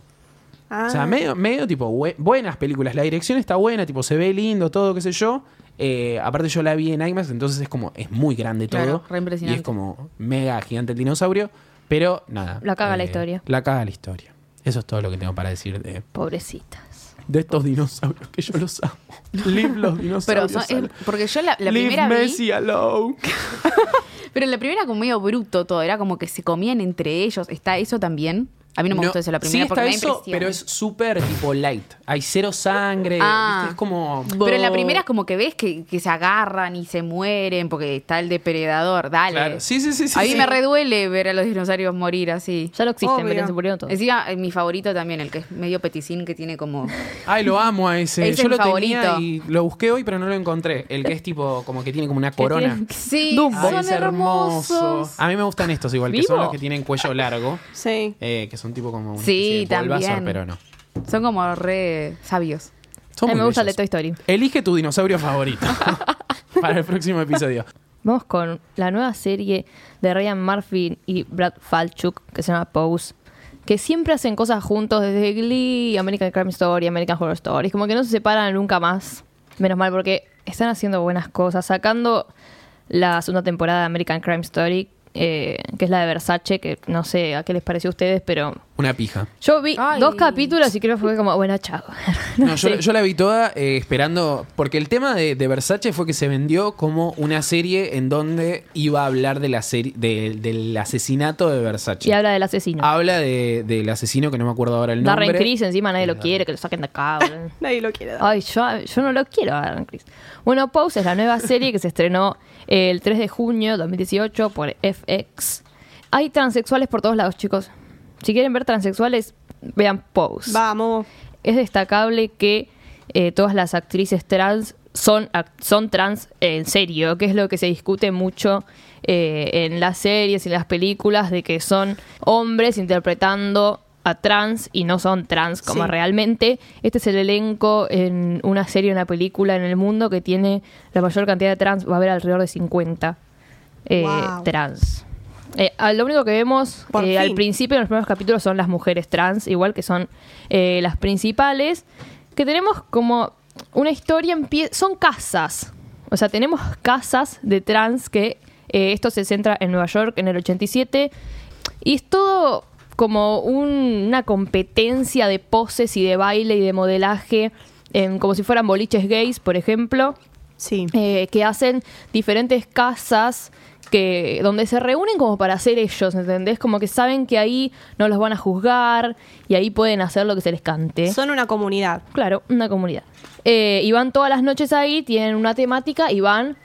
Speaker 4: Ah,
Speaker 1: O sea, medio, medio tipo bue- buenas películas. La dirección está buena, tipo se ve lindo, todo, qué sé yo. Eh, aparte yo la vi en IMAX, entonces es como, es muy grande todo.
Speaker 3: Claro, re
Speaker 1: Y
Speaker 3: impresionante.
Speaker 1: es como mega gigante el dinosaurio. Pero nada. eh,
Speaker 2: La caga la historia.
Speaker 1: La caga la historia. Eso es todo lo que tengo para decir de,
Speaker 2: Pobrecitas.
Speaker 1: de estos dinosaurios, que yo los amo. Live los
Speaker 3: Pero
Speaker 1: dinosaurios.
Speaker 3: son- es-
Speaker 1: al-
Speaker 3: porque yo la, la
Speaker 1: Live
Speaker 3: primera vi-
Speaker 1: Messi alone.
Speaker 3: Pero la primera como medio bruto todo, era como que se comían entre ellos. ¿Está eso también? A mí no me gustó eso la primera
Speaker 1: sí,
Speaker 3: porque
Speaker 1: está
Speaker 3: me
Speaker 1: eso,
Speaker 3: da impresión.
Speaker 1: pero es súper tipo light. Hay cero sangre.
Speaker 3: Ah.
Speaker 1: ¿viste? Es como...
Speaker 3: Pero en la primera es como que ves que, que se agarran y se mueren porque está el depredador, dale.
Speaker 1: Claro. Sí, sí, sí, sí,
Speaker 3: A mí
Speaker 1: sí.
Speaker 3: me reduele ver a los dinosaurios morir así.
Speaker 2: Ya no existen,
Speaker 4: Obvio.
Speaker 2: Belén, se murieron todos.
Speaker 3: Encima, eh, mi favorito también, el que es medio peticín, que tiene como...
Speaker 1: Ay, lo amo a ese.
Speaker 3: Es
Speaker 1: Yo
Speaker 3: el
Speaker 1: lo tenía
Speaker 3: favorito.
Speaker 1: y lo busqué hoy, pero no lo encontré. El que es tipo, como que tiene como una corona.
Speaker 2: tiene-
Speaker 3: Sí,
Speaker 2: Dumbo.
Speaker 1: Ay,
Speaker 3: son
Speaker 1: es hermoso.
Speaker 3: hermosos.
Speaker 1: A mí me gustan estos igual, que
Speaker 2: ¿Vivo?
Speaker 1: son los que tienen cuello largo,
Speaker 4: Sí.
Speaker 1: eh, que son tipo como una
Speaker 3: Sí,
Speaker 1: especie de Bulbasaur,
Speaker 3: también.
Speaker 1: pero no.
Speaker 3: Son como re sabios.
Speaker 1: Son
Speaker 2: Ay,
Speaker 1: muy
Speaker 2: me gusta el de
Speaker 1: bellos.
Speaker 2: Toy Story.
Speaker 1: Elige tu dinosaurio favorito para el próximo episodio.
Speaker 2: Vamos con la nueva serie de Ryan Murphy y Brad Falchuk que se llama Pose. Que siempre hacen cosas juntos desde Glee, American Crime Story, American Horror Story. Es como que no se separan nunca más. Menos mal porque están haciendo buenas cosas, sacando la segunda temporada de American Crime Story, eh, que es la de Versace, que no sé a qué les pareció a ustedes, pero
Speaker 1: Una pija.
Speaker 2: yo vi
Speaker 3: Ay.
Speaker 2: dos capítulos y creo que fue como, bueno, chao.
Speaker 1: No,
Speaker 2: No
Speaker 1: yo,
Speaker 2: sé.
Speaker 1: yo la vi toda eh, esperando, porque el tema de, de Versace fue que se vendió como una serie en donde iba a hablar de la serie de- del asesinato de Versace.
Speaker 2: y habla del asesino.
Speaker 1: Habla de- del asesino que no me acuerdo ahora el nombre.
Speaker 2: Darren Criss encima nadie lo quiere, que lo saquen de acá. boludo.
Speaker 4: Nadie lo quiere dar.
Speaker 2: Ay, yo, yo no lo quiero a Darren Criss. Bueno, Pose es la nueva serie que se estrenó el 3 de junio de 2018 por FX. Hay transexuales por todos lados, chicos. Si quieren ver transexuales, vean Pose.
Speaker 4: Vamos.
Speaker 2: Es destacable que eh, todas las actrices trans son, ac- son trans en serio, que es lo que se discute mucho eh, en las series y en las películas, de que son hombres interpretando a trans y no son trans como
Speaker 4: Sí.
Speaker 2: realmente. Este es el elenco en una serie, una película en el mundo que tiene la mayor cantidad de trans, va a haber alrededor de 50 eh,
Speaker 4: Wow.
Speaker 2: trans. Eh, ah, lo único que vemos
Speaker 4: Por
Speaker 2: eh, al
Speaker 4: fin.
Speaker 2: principio, en los primeros capítulos, son las mujeres trans, igual que son eh, las principales, que tenemos como una historia en pie, son casas. O sea, tenemos casas de trans que eh, esto se centra en Nueva York en el 87 y es todo como un- una competencia de poses y de baile y de modelaje, en- como si fueran boliches gays, por ejemplo
Speaker 4: Sí.
Speaker 2: eh, que hacen diferentes casas que donde se reúnen como para ser ellos, ¿entendés? Como que saben que ahí no los van a juzgar y ahí pueden hacer lo que se les cante.
Speaker 4: Son una comunidad.
Speaker 2: Claro, una comunidad. Eh, y van todas las noches ahí, tienen una temática y van,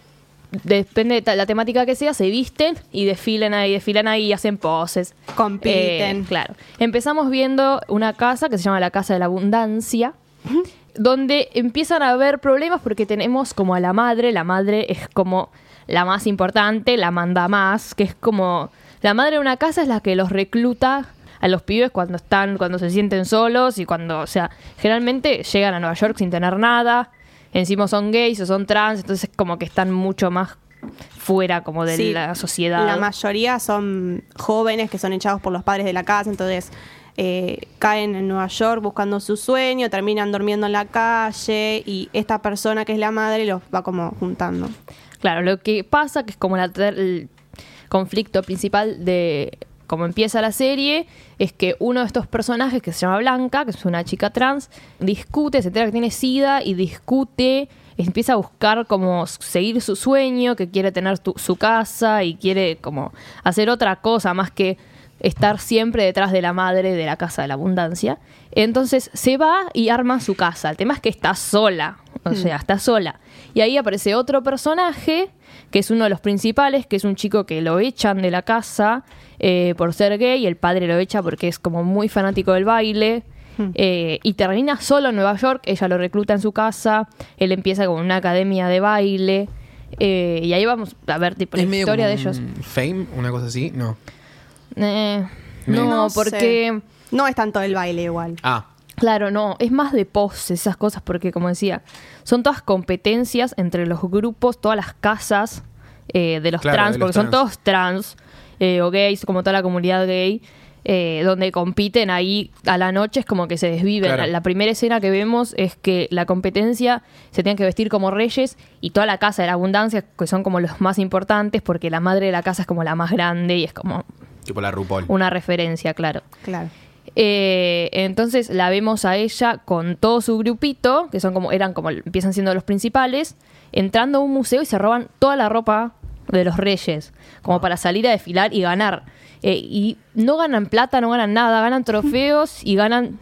Speaker 2: depende de ta- la temática que sea, se visten y desfilan ahí, desfilan ahí y hacen poses.
Speaker 4: Compiten.
Speaker 2: Eh, claro. Empezamos viendo una casa que se llama la Casa de la Abundancia, donde empiezan a haber problemas porque tenemos como a la madre, la madre es como la más importante, la manda más, que es como la madre de una casa es la que los recluta a los pibes cuando están, cuando se sienten solos y cuando, o sea, generalmente llegan a Nueva York sin tener nada, encima son gays o son trans, entonces como que están mucho más fuera como de
Speaker 4: Sí,
Speaker 2: la sociedad.
Speaker 4: La mayoría son jóvenes que son echados por los padres de la casa, entonces eh, caen en Nueva York buscando su sueño, terminan durmiendo en la calle y esta persona que es la madre los va como juntando.
Speaker 2: Claro, lo que pasa, que es como la ter- el conflicto principal de cómo empieza la serie, es que uno de estos personajes, que se llama Blanca, que es una chica trans, discute, se entera que tiene sida y discute, empieza a buscar como s- seguir su sueño, que quiere tener tu- su casa y quiere como hacer otra cosa más que estar siempre detrás de la madre de la casa de la abundancia. Entonces se va y arma su casa. El tema es que está sola, o sea, está sola. Y ahí aparece otro personaje, que es uno de los principales, que es un chico que lo echan de la casa eh, por ser gay, y el padre lo echa porque es como muy fanático del baile. Eh, y termina solo en Nueva York, ella lo recluta en su casa, él empieza con una academia de baile, eh, y ahí vamos a ver tipo, la
Speaker 1: Es medio
Speaker 2: historia de
Speaker 1: como
Speaker 2: ellos.
Speaker 1: un Fame, una cosa así, no.
Speaker 2: Eh,
Speaker 1: Me-
Speaker 2: no,
Speaker 4: sé.
Speaker 2: porque.
Speaker 4: No es tanto el baile igual.
Speaker 1: Ah,
Speaker 2: Claro, no, es más de poses esas cosas, porque como decía, son todas competencias entre los grupos, todas las casas eh, de los
Speaker 1: Claro,
Speaker 2: trans,
Speaker 1: de los
Speaker 2: porque son
Speaker 1: trans.
Speaker 2: todos trans eh, o gays, como toda la comunidad gay, eh, donde compiten ahí a la noche, es como que se desviven.
Speaker 1: Claro.
Speaker 2: La primera escena que vemos es que la competencia se tienen que vestir como reyes y toda la casa de la abundancia, que son como los más importantes, porque la madre de la casa es como la más grande y es como
Speaker 1: tipo la RuPaul.
Speaker 2: una referencia, claro.
Speaker 4: Claro.
Speaker 2: Eh, entonces la vemos a ella con todo su grupito, que son como, eran como, empiezan siendo los principales, entrando a un museo y se roban toda la ropa de los reyes, como para salir a desfilar y ganar. Eh, y no ganan plata, no ganan nada, ganan trofeos y ganan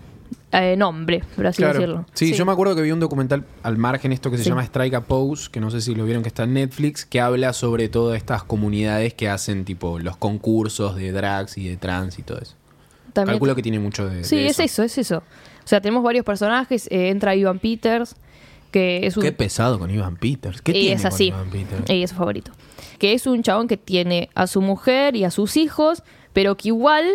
Speaker 2: eh, nombre, por así decirlo.
Speaker 1: Sí,
Speaker 4: Sí.
Speaker 1: yo me acuerdo que vi un documental al margen, esto que se
Speaker 2: Sí.
Speaker 1: llama Strike a Pose, que no sé si lo vieron, que está en Netflix, que habla sobre todas estas comunidades que hacen tipo los concursos de drags y de trans y todo eso.
Speaker 2: También-
Speaker 1: Calculo que tiene mucho de,
Speaker 2: sí,
Speaker 1: de
Speaker 2: es eso, es eso. O sea, tenemos varios personajes, eh, entra Ivan Peters, que es un...
Speaker 1: Qué pesado con Ivan Peters. ¿Qué
Speaker 2: y
Speaker 1: tiene
Speaker 2: es
Speaker 1: con
Speaker 2: así.
Speaker 1: Ivan Peters?
Speaker 2: Y es su favorito. Que es un chabón que tiene a su mujer y a sus hijos, pero que igual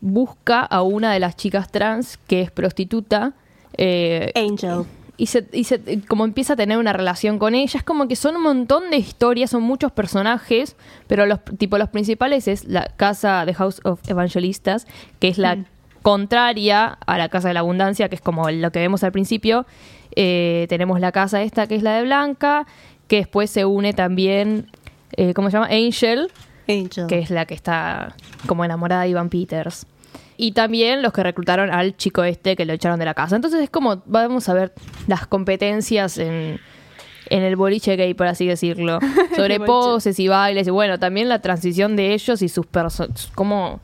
Speaker 2: busca a una de las chicas trans que es prostituta. eh,
Speaker 4: Angel.
Speaker 2: y se, y se- como empieza a tener una relación con ella. Es como que son un montón de historias, son muchos personajes, pero los tipo los principales es la casa de House of Evangelistas, que es la contraria a la casa de la abundancia, que es como lo que vemos al principio. Eh, tenemos la casa esta que es la de Blanca, que después se une también eh, ¿cómo se llama? Angel,
Speaker 4: Angel.
Speaker 2: que es la que está como enamorada de Ivan Peters. Y también los que reclutaron al chico este que lo echaron de la casa. Entonces es como, vamos a ver las competencias en, en el boliche gay, por así decirlo. Sobre
Speaker 4: El boliche.
Speaker 2: poses y bailes. Y bueno, también la transición de ellos y sus personas. Cómo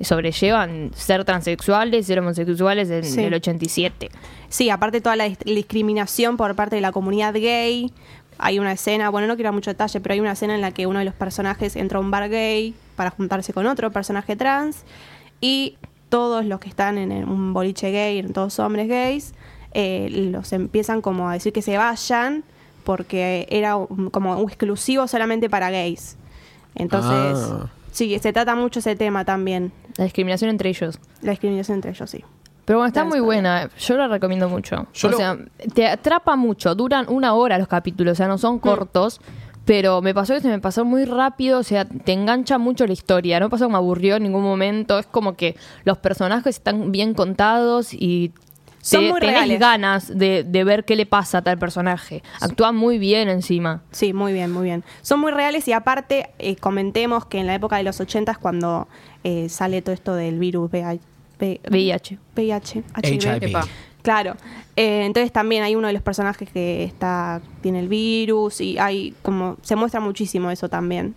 Speaker 2: sobrellevan ser transexuales, ser homosexuales en
Speaker 4: Sí.
Speaker 2: el 87.
Speaker 4: Sí, aparte toda la dis- discriminación por parte de la comunidad gay. Hay una escena, bueno, no quiero dar mucho detalle, pero hay una escena en la que uno de los personajes entra a un bar gay para juntarse con otro personaje trans y todos los que están en el- un boliche gay, todos hombres gays, eh, los empiezan como a decir que se vayan porque era un- como un exclusivo solamente para gays. Entonces,
Speaker 1: Ah.
Speaker 4: sí, se trata mucho ese tema también,
Speaker 2: La discriminación entre ellos.
Speaker 4: la discriminación entre ellos, sí.
Speaker 2: Pero bueno, está
Speaker 4: Trans
Speaker 2: muy
Speaker 4: también.
Speaker 2: buena. Yo la recomiendo mucho.
Speaker 1: Yo
Speaker 2: o
Speaker 1: lo-
Speaker 2: sea, te atrapa mucho. Duran una hora los capítulos, o sea, no
Speaker 4: Mm.
Speaker 2: son cortos. Pero me pasó que se me pasó muy rápido, o sea, te engancha mucho la historia. No pasó que me aburrió en ningún momento. Es como que los personajes están bien contados y
Speaker 4: Son
Speaker 2: te-
Speaker 4: muy
Speaker 2: tenés
Speaker 4: reales.
Speaker 2: ganas de, de ver qué le pasa a tal personaje. Actúa muy bien encima.
Speaker 4: Sí, muy bien, muy bien. Son muy reales y aparte eh, comentemos que en la época de los 80 es cuando eh, sale todo esto del virus VIH.
Speaker 2: VIH.
Speaker 4: VIH, HIV.
Speaker 1: HIV.
Speaker 3: Epa.
Speaker 4: Claro. Eh, entonces también hay uno de los personajes que está tiene el virus y hay como se muestra muchísimo eso también.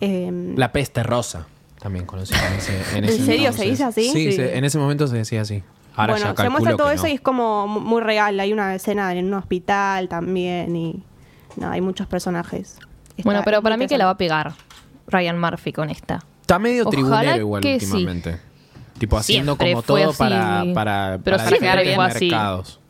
Speaker 4: Eh,
Speaker 1: La peste rosa, también conocida en ese, en ese
Speaker 4: ¿En serio?
Speaker 1: entonces.
Speaker 4: ¿Se dice así?
Speaker 1: Sí,
Speaker 4: Sí.
Speaker 1: se- en ese momento se decía así. Ahora
Speaker 4: bueno,
Speaker 1: ya
Speaker 4: se muestra
Speaker 1: calculo
Speaker 4: todo
Speaker 1: que
Speaker 4: eso
Speaker 1: no.
Speaker 4: y es como mu- muy real. Hay una escena en un hospital también y no, hay muchos personajes. Está-
Speaker 2: bueno, pero
Speaker 4: es
Speaker 2: para
Speaker 4: muy
Speaker 2: mí que la va a
Speaker 4: interesante.
Speaker 2: pegar Ryan Murphy con esta.
Speaker 1: Está medio
Speaker 2: Ojalá
Speaker 1: tribunero igual
Speaker 2: que sí.
Speaker 1: últimamente. Tipo haciendo
Speaker 2: Siempre
Speaker 1: como
Speaker 2: fue
Speaker 1: todo
Speaker 2: así.
Speaker 1: para, para,
Speaker 2: Pero
Speaker 1: para
Speaker 2: siempre
Speaker 1: diferentes
Speaker 2: fue así.
Speaker 1: mercados.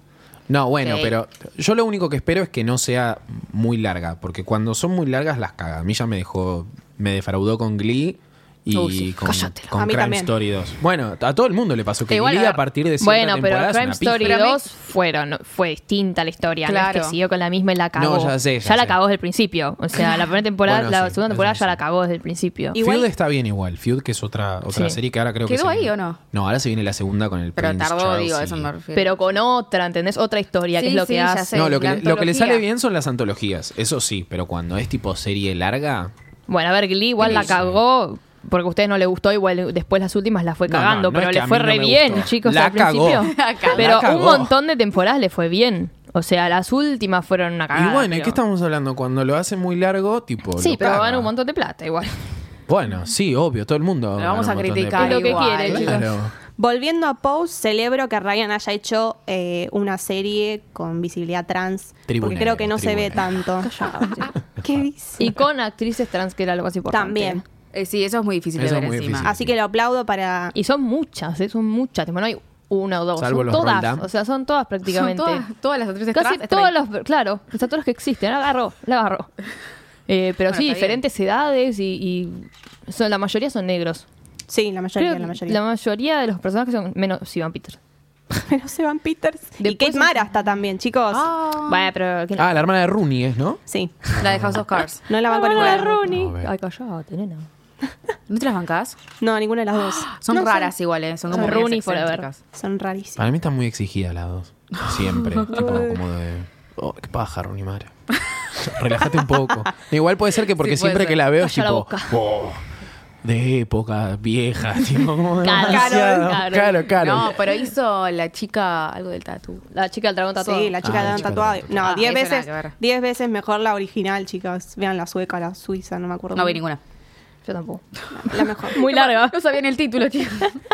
Speaker 1: No, bueno,
Speaker 3: Sí.
Speaker 1: pero yo lo único que espero es que no sea muy larga, porque cuando son muy largas las caga. A mí ya me dejó, me defraudó con Glee y
Speaker 2: Uy, sí,
Speaker 1: con,
Speaker 2: cállatela.
Speaker 1: con
Speaker 4: A mí
Speaker 1: Crime
Speaker 4: también.
Speaker 1: Story 2. Bueno, a todo el mundo le pasó que
Speaker 3: Igual,
Speaker 1: Glee
Speaker 3: a
Speaker 1: a
Speaker 3: ver.
Speaker 1: partir de cierta
Speaker 2: ah, Bueno, pero
Speaker 1: temporada es
Speaker 2: Crime
Speaker 1: una pija.
Speaker 2: Story
Speaker 3: Pero a mí-
Speaker 2: 2 fueron, fue distinta la historia. no es
Speaker 3: Claro.
Speaker 2: que siguió con la misma y la cagó.
Speaker 1: No, ya sé, ya
Speaker 2: la
Speaker 1: sé.
Speaker 2: cagó desde el principio. O sea, la primera temporada,
Speaker 1: Bueno,
Speaker 2: la
Speaker 1: sí,
Speaker 2: segunda
Speaker 1: eso
Speaker 2: temporada
Speaker 1: sí.
Speaker 2: ya la cagó desde el principio.
Speaker 4: Igual-
Speaker 1: Feud está bien igual. Feud que es otra, otra
Speaker 2: Sí.
Speaker 1: serie que ahora creo que...
Speaker 3: ¿Quedó
Speaker 1: se-
Speaker 3: ahí o no?
Speaker 1: No, ahora se viene la segunda con el
Speaker 3: Pero
Speaker 1: Prince
Speaker 3: tardó,
Speaker 1: Charles
Speaker 3: digo,
Speaker 1: y-
Speaker 3: eso me refiero.
Speaker 2: Pero con otra, ¿entendés? Otra historia, que
Speaker 3: Sí,
Speaker 2: es lo
Speaker 3: sí,
Speaker 2: que
Speaker 3: ya
Speaker 2: hace.
Speaker 3: sé.
Speaker 1: No, lo que,
Speaker 3: la
Speaker 1: le- lo que le
Speaker 3: antología.
Speaker 1: sale bien son las antologías, eso sí, pero cuando es tipo serie larga,
Speaker 2: Bueno, a ver, Glee igual la
Speaker 1: Sí.
Speaker 2: cagó. Porque a ustedes no le gustó, igual después las últimas la fue
Speaker 1: No, no,
Speaker 2: cagando,
Speaker 1: no
Speaker 2: pero
Speaker 1: es que
Speaker 2: le
Speaker 1: a mí
Speaker 2: fue
Speaker 1: no
Speaker 2: re
Speaker 1: me
Speaker 2: bien,
Speaker 1: gustó.
Speaker 2: chicos,
Speaker 1: La
Speaker 2: al
Speaker 1: cagó.
Speaker 2: principio.
Speaker 1: La cagó.
Speaker 2: pero un
Speaker 1: cagó.
Speaker 2: montón de temporadas le fue bien. O sea, las últimas fueron una cagada.
Speaker 1: y bueno, ¿y
Speaker 2: pero-
Speaker 1: qué estamos hablando? Cuando lo hace muy largo, tipo.
Speaker 2: Sí,
Speaker 1: lo
Speaker 2: pero
Speaker 1: caga.
Speaker 2: van un montón de plata igual.
Speaker 1: Bueno, sí, obvio, todo el mundo. gana
Speaker 3: vamos
Speaker 1: un
Speaker 3: a
Speaker 1: montón de plata.
Speaker 3: criticar
Speaker 2: Es lo que
Speaker 3: igual.
Speaker 2: quiere, chicos.
Speaker 1: Claro.
Speaker 4: Volviendo a Pose, celebro que Ryan haya hecho eh, una serie con visibilidad trans, porque
Speaker 1: Tribunero,
Speaker 4: creo que no se ve
Speaker 1: tribunero.
Speaker 4: tanto. ¿Qué dice?
Speaker 2: Y con actrices trans, que era lo más importante.
Speaker 4: También.
Speaker 3: Eh, sí, eso es muy difícil
Speaker 1: Eso
Speaker 3: de
Speaker 1: es
Speaker 3: ver
Speaker 1: muy
Speaker 3: encima. Ah,
Speaker 1: difícil.
Speaker 4: Así que lo aplaudo para...
Speaker 2: Y son muchas, ¿eh? son muchas. Tipo, no hay una o dos.
Speaker 1: Salvo
Speaker 2: son
Speaker 1: los
Speaker 2: todas.
Speaker 1: Roldán.
Speaker 2: O sea, son todas prácticamente.
Speaker 3: Son todas, todas las actrices
Speaker 2: Casi
Speaker 3: trans están
Speaker 2: todos
Speaker 3: ahí.
Speaker 2: los. Claro, o sea, todos los que existen. La agarró, la agarró. Eh, pero
Speaker 3: Bueno,
Speaker 2: sí,
Speaker 3: está
Speaker 2: diferentes edades y. y son, la mayoría son negros.
Speaker 4: Sí, la mayoría,
Speaker 2: Creo
Speaker 4: la
Speaker 2: que
Speaker 4: mayoría.
Speaker 2: la mayoría de los personajes son menos Ivan Peters.
Speaker 4: Pero se van Peters. y
Speaker 2: Después
Speaker 4: Kate
Speaker 2: es-
Speaker 4: Mara está también, chicos.
Speaker 2: Bueno, pero. ¿quién-
Speaker 1: Ah, la hermana de Rooney es, ¿no?
Speaker 4: Sí,
Speaker 3: La de House of Cards.
Speaker 4: no la
Speaker 2: Ah,
Speaker 4: banco
Speaker 2: bueno,
Speaker 4: ninguna.
Speaker 2: la
Speaker 4: de las dos.
Speaker 2: Rooney.
Speaker 1: A ver.
Speaker 2: Ay, callate, nena.
Speaker 3: ¿No te las bancás?
Speaker 4: No, ninguna de las dos.
Speaker 3: Son
Speaker 4: No,
Speaker 3: raras igual, ¿eh? Son como
Speaker 2: son
Speaker 3: medias
Speaker 2: Rooney forever.
Speaker 3: excéntricas.
Speaker 4: Son rarísimas.
Speaker 1: Para mí están muy exigidas las dos. Siempre. tipo, como de. Oh, qué paja, Rooney Mara. Relájate un poco. Igual puede ser que porque
Speaker 3: Sí, puede
Speaker 1: siempre
Speaker 3: ser.
Speaker 1: que la veo es
Speaker 2: Calla la
Speaker 1: tipo.
Speaker 2: boca.
Speaker 1: "Oh, de época vieja, tipo, como
Speaker 2: Claro,
Speaker 1: demasiado.
Speaker 2: claro.
Speaker 1: claro, claro.
Speaker 3: No, pues, pero hizo la chica algo del tatu.
Speaker 2: La chica del dragón tatuado.
Speaker 4: Sí, la chica
Speaker 1: Ah,
Speaker 4: de
Speaker 1: la
Speaker 4: Dan
Speaker 1: chica de
Speaker 4: tatuado.
Speaker 1: Dan tatuado.
Speaker 4: No,
Speaker 3: Ah,
Speaker 4: 10
Speaker 3: eso nada
Speaker 4: veces,
Speaker 3: que ver.
Speaker 4: 10 veces mejor la original, chicas. Vean la sueca, la suiza, no me acuerdo.
Speaker 3: No vi ninguna.
Speaker 2: Yo tampoco.
Speaker 4: La mejor.
Speaker 2: Muy larga.
Speaker 3: No sabían el título, chicos.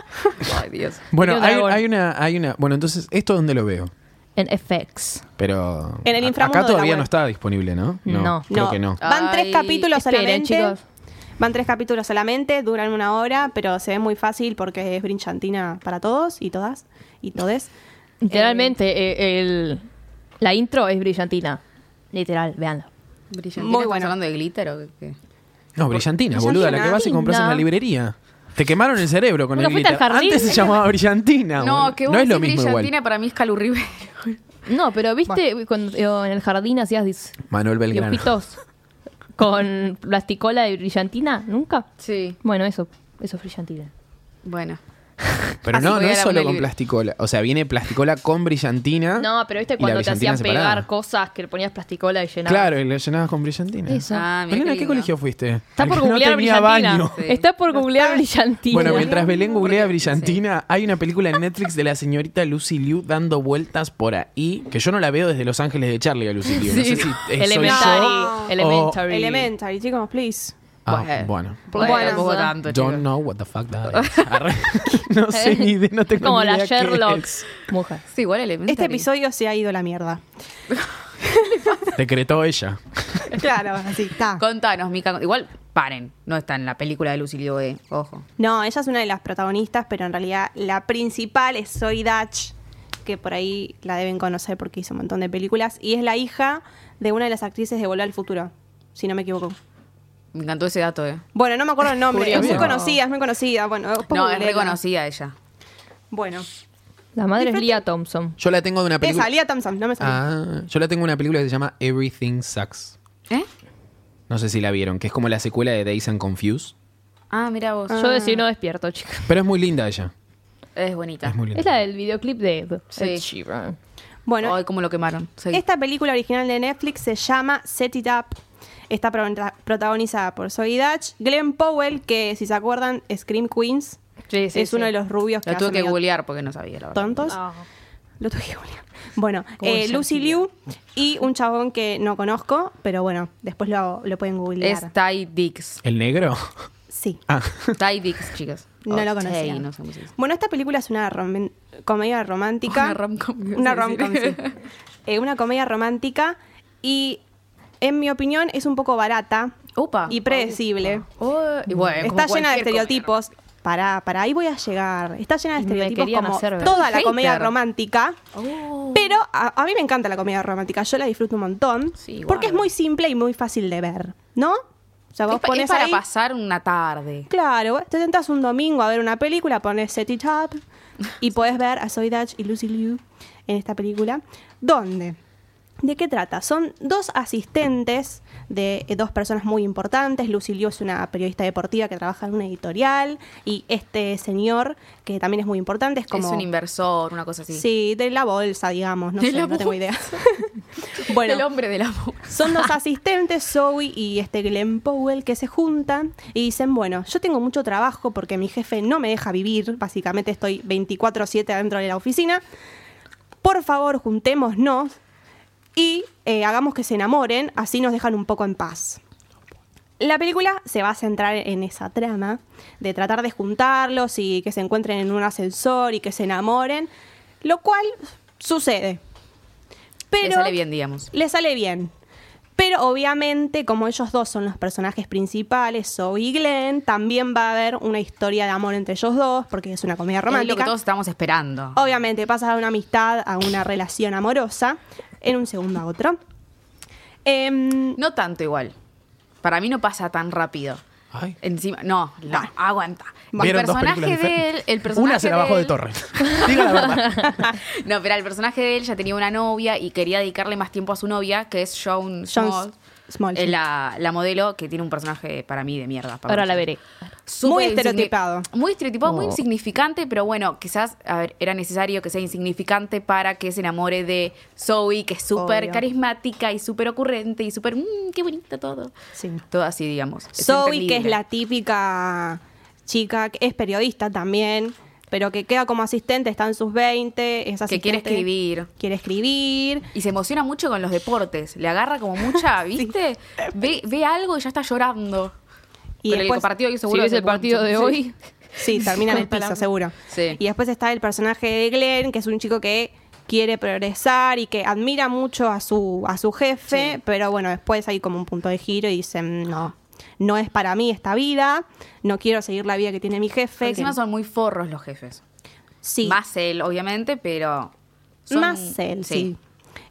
Speaker 3: Ay, Dios.
Speaker 1: Bueno,
Speaker 2: Tiene un
Speaker 1: hay,
Speaker 2: dragón.
Speaker 1: hay una, hay una. Bueno, entonces, ¿esto dónde lo veo?
Speaker 2: En FX.
Speaker 1: Pero.
Speaker 4: En el
Speaker 1: a-
Speaker 4: inframundo
Speaker 1: Acá
Speaker 4: de la
Speaker 1: todavía
Speaker 4: web.
Speaker 1: no está disponible, ¿no?
Speaker 2: No.
Speaker 1: Creo
Speaker 4: No.
Speaker 1: que
Speaker 3: Ah.
Speaker 1: no.
Speaker 4: Van tres
Speaker 3: Ay,
Speaker 4: capítulos
Speaker 2: esperen,
Speaker 4: solamente.
Speaker 2: chicos.
Speaker 4: Van tres capítulos solamente, duran una hora, pero se ve muy fácil porque es brinchantina para todos y todas y todes.
Speaker 2: Literalmente, eh, el, la intro es brillantina. Literal, veanlo.
Speaker 3: Brillante.
Speaker 4: Muy
Speaker 3: Muy
Speaker 4: bueno.
Speaker 3: hablando de glitter o qué?
Speaker 1: No, brillantina, boluda, la que vas y compras en la
Speaker 2: Brillantina.
Speaker 1: librería. Te quemaron el cerebro con
Speaker 2: Bueno,
Speaker 1: el
Speaker 2: fuiste
Speaker 1: glitter.
Speaker 2: al jardín.
Speaker 1: Antes se llamaba brillantina. boludo.
Speaker 3: No, que vos
Speaker 1: Ah, no es lo
Speaker 3: decís
Speaker 1: mismo
Speaker 3: brillantina
Speaker 1: igual.
Speaker 3: para mí es Calu Rivero.
Speaker 2: No, pero viste cuando eh, en el jardín hacías dis-
Speaker 1: Manuel Belgrano.
Speaker 2: dibujitos con plasticola de brillantina, nunca.
Speaker 3: Sí.
Speaker 2: Bueno, eso, eso es brillantina.
Speaker 3: Bueno.
Speaker 1: Pero
Speaker 3: Así
Speaker 1: no,
Speaker 3: voy
Speaker 1: no
Speaker 3: a
Speaker 1: es
Speaker 3: la
Speaker 1: solo
Speaker 3: Mona
Speaker 1: con
Speaker 3: Lib-
Speaker 1: plasticola. O sea, viene plasticola con brillantina.
Speaker 2: No, pero viste
Speaker 1: y la
Speaker 2: cuando te
Speaker 1: brillantina
Speaker 2: hacían
Speaker 1: separada.
Speaker 2: pegar cosas que le ponías plasticola y llenabas.
Speaker 1: Claro, y lo llenabas con brillantina.
Speaker 2: Eso.
Speaker 3: Ah, mirá
Speaker 1: Belén, ¿a
Speaker 3: qué
Speaker 1: qué
Speaker 3: lindo.
Speaker 1: colegio fuiste?
Speaker 2: Está
Speaker 1: Al
Speaker 2: por
Speaker 1: que no
Speaker 2: googlear
Speaker 1: tenía
Speaker 2: brillantina.
Speaker 1: baño.
Speaker 3: Sí.
Speaker 2: Está por googlear brillantina.
Speaker 1: Bueno, mientras Belén googlea
Speaker 3: Porque-
Speaker 1: Brillantina, hay una película en Netflix de la señorita Lucy Liu dando vueltas por ahí, que yo no la veo desde Los Ángeles de Charlie a Lucy Liu. No sé si es- soy yo.
Speaker 2: Elementary.
Speaker 4: No.
Speaker 2: Elementary.
Speaker 4: Elementary, chicos, please.
Speaker 1: Ah, bueno.
Speaker 2: Bueno,
Speaker 3: Bueno, tampoco
Speaker 2: bueno.
Speaker 3: tanto,
Speaker 1: Don't
Speaker 3: chicos.
Speaker 1: know what the fuck that is. Arre. no sé ni de, no tengo
Speaker 2: Como
Speaker 1: ni
Speaker 2: la
Speaker 1: idea qué
Speaker 2: Sherlock.
Speaker 1: es.
Speaker 2: Mujer.
Speaker 3: Sí, igual Elementary.
Speaker 4: Este episodio se ha ido a la mierda.
Speaker 1: Decretó ella.
Speaker 4: Claro, así está.
Speaker 3: Ah. Contanos, Mica. Igual, paren. No está en la película de Lucy Liu, eh. Ojo.
Speaker 4: No, ella es una de las protagonistas, pero en realidad la principal es Zoe Dutch, que por ahí la deben conocer porque hizo un montón de películas, y es la hija de una de las actrices de Volver al Futuro, si no me equivoco.
Speaker 3: Me encantó ese dato, eh.
Speaker 4: Bueno, no me acuerdo el nombre, es muy
Speaker 1: Curioso.
Speaker 4: conocida, es muy conocida. Bueno, después
Speaker 3: No, es
Speaker 4: googleela.
Speaker 3: reconocida ella.
Speaker 4: Bueno,
Speaker 2: La madre es Lia Thompson.
Speaker 1: Yo la tengo de una película.
Speaker 4: esa, Lia Thompson, no me salió.
Speaker 1: Ah, yo la tengo de una película que se llama Everything Sucks.
Speaker 3: ¿Eh?
Speaker 1: No sé si la vieron, que es como la secuela de Days and Confused.
Speaker 3: Ah, mira vos.
Speaker 2: Yo decidí no despierto, chica.
Speaker 1: Pero es muy linda ella.
Speaker 3: Es bonita.
Speaker 1: Es muy linda.
Speaker 2: Es la del videoclip de
Speaker 3: Sí.
Speaker 2: Ed Sheeran.
Speaker 4: Bueno,
Speaker 3: Ay, cómo lo quemaron. Sí.
Speaker 4: Esta película original de Netflix se llama Set It Up. Está pro- protagonizada por Zoe Dutch, Glenn Powell, que si se acuerdan, Scream Queens,
Speaker 2: Sí, sí,
Speaker 4: es
Speaker 2: sí.
Speaker 4: uno de los rubios que
Speaker 3: Lo tuve
Speaker 4: hace
Speaker 3: que
Speaker 4: medio
Speaker 3: googlear porque no sabía, la verdad.
Speaker 4: tontos.
Speaker 2: Ah.
Speaker 4: Lo tuve que googlear. Bueno,
Speaker 2: Como
Speaker 4: eh,
Speaker 2: ya
Speaker 4: Lucy
Speaker 2: sabía.
Speaker 4: Liu y un chabón que no conozco, pero bueno, después lo, lo pueden googlear.
Speaker 3: Es Ty Dix.
Speaker 1: ¿El negro?
Speaker 4: Sí.
Speaker 1: Ah.
Speaker 3: Ty Dix, chicas.
Speaker 4: No
Speaker 3: O
Speaker 4: lo conocía.
Speaker 3: Tay, no sé cómo se dice.
Speaker 4: Bueno, esta película es una romen- comedia romántica.
Speaker 3: Una rom-com, ibas a
Speaker 4: Una rom-com,
Speaker 3: decir.
Speaker 4: sí. Eh, una comedia romántica y, en mi opinión, es un poco barata
Speaker 3: Upa.
Speaker 4: y predecible.
Speaker 3: Ah, Oh, y bueno, como
Speaker 4: Está llena de
Speaker 3: cualquier
Speaker 4: estereotipos. Pará, pará, ahí voy a llegar. Está llena
Speaker 2: Me
Speaker 4: de estereotipos
Speaker 2: querían
Speaker 4: como
Speaker 2: hacer ver.
Speaker 4: toda la
Speaker 3: Hater.
Speaker 4: comedia romántica.
Speaker 3: comedia. Oh.
Speaker 4: Pero a, a mí me encanta la comedia romántica, yo la disfruto un montón.
Speaker 3: Sí, igual.
Speaker 4: porque es muy simple y muy fácil de ver, ¿no? O sea, vos
Speaker 3: Es pa-
Speaker 4: pones
Speaker 3: es para
Speaker 4: ahí-
Speaker 3: pasar una tarde.
Speaker 4: Claro, vos te sentás un domingo a ver una película, pones Set It Up y podés ver a Zoe Dutch y Lucy Liu en esta película. ¿Dónde? ¿De qué trata? Son dos asistentes de eh, dos personas muy importantes. Lucy Liu es una periodista deportiva que trabaja en una editorial y este señor, que también es muy importante, es como...
Speaker 3: Es un inversor, una cosa así.
Speaker 4: Sí, de la bolsa, digamos, no
Speaker 3: De
Speaker 4: sé,
Speaker 3: la
Speaker 4: no tengo
Speaker 3: bolsa.
Speaker 4: idea. bueno,
Speaker 3: El hombre del amor.
Speaker 4: son dos asistentes, Zoe y este Glenn Powell, que se juntan y dicen, bueno, yo tengo mucho trabajo porque mi jefe no me deja vivir, básicamente estoy 24/7 adentro de la oficina, por favor juntémonos y eh, hagamos que se enamoren, así nos dejan un poco en paz. La película se va a centrar en esa trama de tratar de juntarlos y que se encuentren en un ascensor y que se enamoren, lo cual sucede. Pero
Speaker 3: Le sale bien, digamos.
Speaker 4: le sale bien. Pero obviamente, como ellos dos son los personajes principales, Zoe y Glenn, también va a haber una historia de amor entre ellos dos, porque es una comedia
Speaker 3: Es lo que
Speaker 4: romántica. Oh.
Speaker 3: todos estamos esperando.
Speaker 4: Obviamente, pasa de una amistad a una relación amorosa en un segundo a otro. Em,
Speaker 3: No tanto igual. Para mí no pasa tan rápido.
Speaker 1: Ay.
Speaker 3: Encima, no, no,
Speaker 4: Bueno.
Speaker 3: aguanta. El
Speaker 1: Vieron dos
Speaker 3: personaje
Speaker 1: películas
Speaker 3: de él,
Speaker 1: diferentes.
Speaker 3: el personaje
Speaker 1: Una se la bajó de,
Speaker 3: él-
Speaker 1: torre. Diga la verdad.
Speaker 3: No, pero el personaje de él ya tenía una novia y quería dedicarle más tiempo a su novia, que es Joan
Speaker 4: John
Speaker 3: Small.
Speaker 4: Small.
Speaker 3: eh, la, la modelo que tiene un personaje para mí de mierda. para
Speaker 2: Ahora
Speaker 3: mí.
Speaker 2: la veré.
Speaker 3: Súper
Speaker 4: Muy
Speaker 3: insigni-
Speaker 4: estereotipado.
Speaker 3: Muy estereotipado, muy
Speaker 2: Oh.
Speaker 3: insignificante, pero bueno, quizás a ver, era necesario que sea insignificante para que se enamore de Zoe, que es súper
Speaker 4: Obvio.
Speaker 3: carismática y súper ocurrente y súper, mmm, qué bonito todo.
Speaker 4: Sí.
Speaker 3: Todo así, digamos. Es
Speaker 4: Zoe, que es
Speaker 3: entendible.
Speaker 4: la típica chica, que es periodista también, pero que queda como asistente, está en sus
Speaker 3: Que
Speaker 4: 20, es
Speaker 3: quiere
Speaker 4: asistente,
Speaker 3: escribir.
Speaker 4: Quiere escribir,
Speaker 3: Y se emociona mucho con los deportes. Le agarra como mucha, ¿viste? ve, ve algo y ya está llorando.
Speaker 4: Y
Speaker 3: Y Pero
Speaker 4: después-
Speaker 3: el partido que
Speaker 2: Si
Speaker 3: seguro...
Speaker 2: ves
Speaker 3: se
Speaker 2: el
Speaker 3: pone-
Speaker 2: partido de
Speaker 3: sí.
Speaker 2: hoy,
Speaker 4: Sí, termina en el
Speaker 3: Con
Speaker 4: piso,
Speaker 3: palabras.
Speaker 4: seguro.
Speaker 3: Sí.
Speaker 4: Y después está el personaje de Glenn, que es un chico que quiere progresar y que admira mucho a su, a su jefe,
Speaker 3: Sí.
Speaker 4: pero bueno, después hay como un punto de giro y dicen, no, no es para mí esta vida, no quiero seguir la vida que tiene mi jefe.
Speaker 3: Porque
Speaker 4: que-
Speaker 3: encima son muy forros los jefes.
Speaker 4: sí,
Speaker 3: Más él, obviamente, pero... son-
Speaker 4: más él, sí.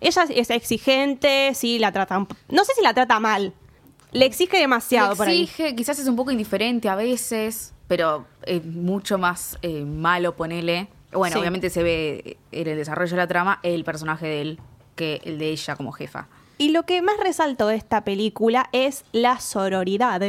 Speaker 4: Ella es exigente, sí, la trata, un po- no sé si la trata mal, le exige demasiado por ahí.
Speaker 3: exige, quizás es un poco indiferente a veces, pero es mucho más eh, malo, ponele. Bueno,
Speaker 4: Sí.
Speaker 3: obviamente se ve en el desarrollo de la trama el personaje de él que el de ella como jefa.
Speaker 4: Y lo que más resalto de esta película es la sororidad.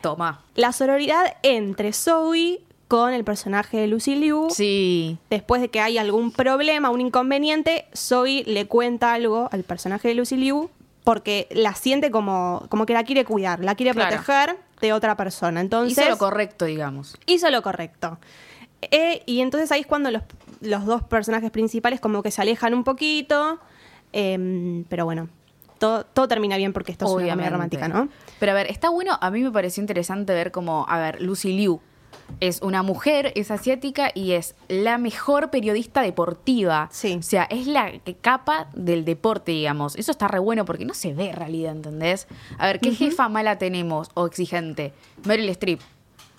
Speaker 3: Toma.
Speaker 4: la sororidad entre Zoe, con el personaje de Lucy Liu.
Speaker 3: Sí.
Speaker 4: Después de que hay algún problema, un inconveniente, Zoe le cuenta algo al personaje de Lucy Liu porque la siente como, como que la quiere cuidar, la quiere
Speaker 3: Claro.
Speaker 4: proteger de otra persona. Entonces,
Speaker 3: Hizo lo correcto, digamos.
Speaker 4: hizo lo correcto. Eh, y entonces ahí es cuando los, los dos personajes principales como que se alejan un poquito. em, pero bueno, todo, todo termina bien porque esto es una comedia
Speaker 3: Obviamente.
Speaker 4: romántica, ¿no?
Speaker 3: Pero a ver, está bueno, a mí me pareció interesante ver como, a ver, Lucy Liu es una mujer, es asiática y es la mejor periodista deportiva.
Speaker 4: Sí.
Speaker 3: O sea, es la que capa del deporte, digamos. Eso está re bueno porque no se ve en realidad, ¿entendés? A ver, ¿qué jefa mala tenemos o exigente? Meryl Streep,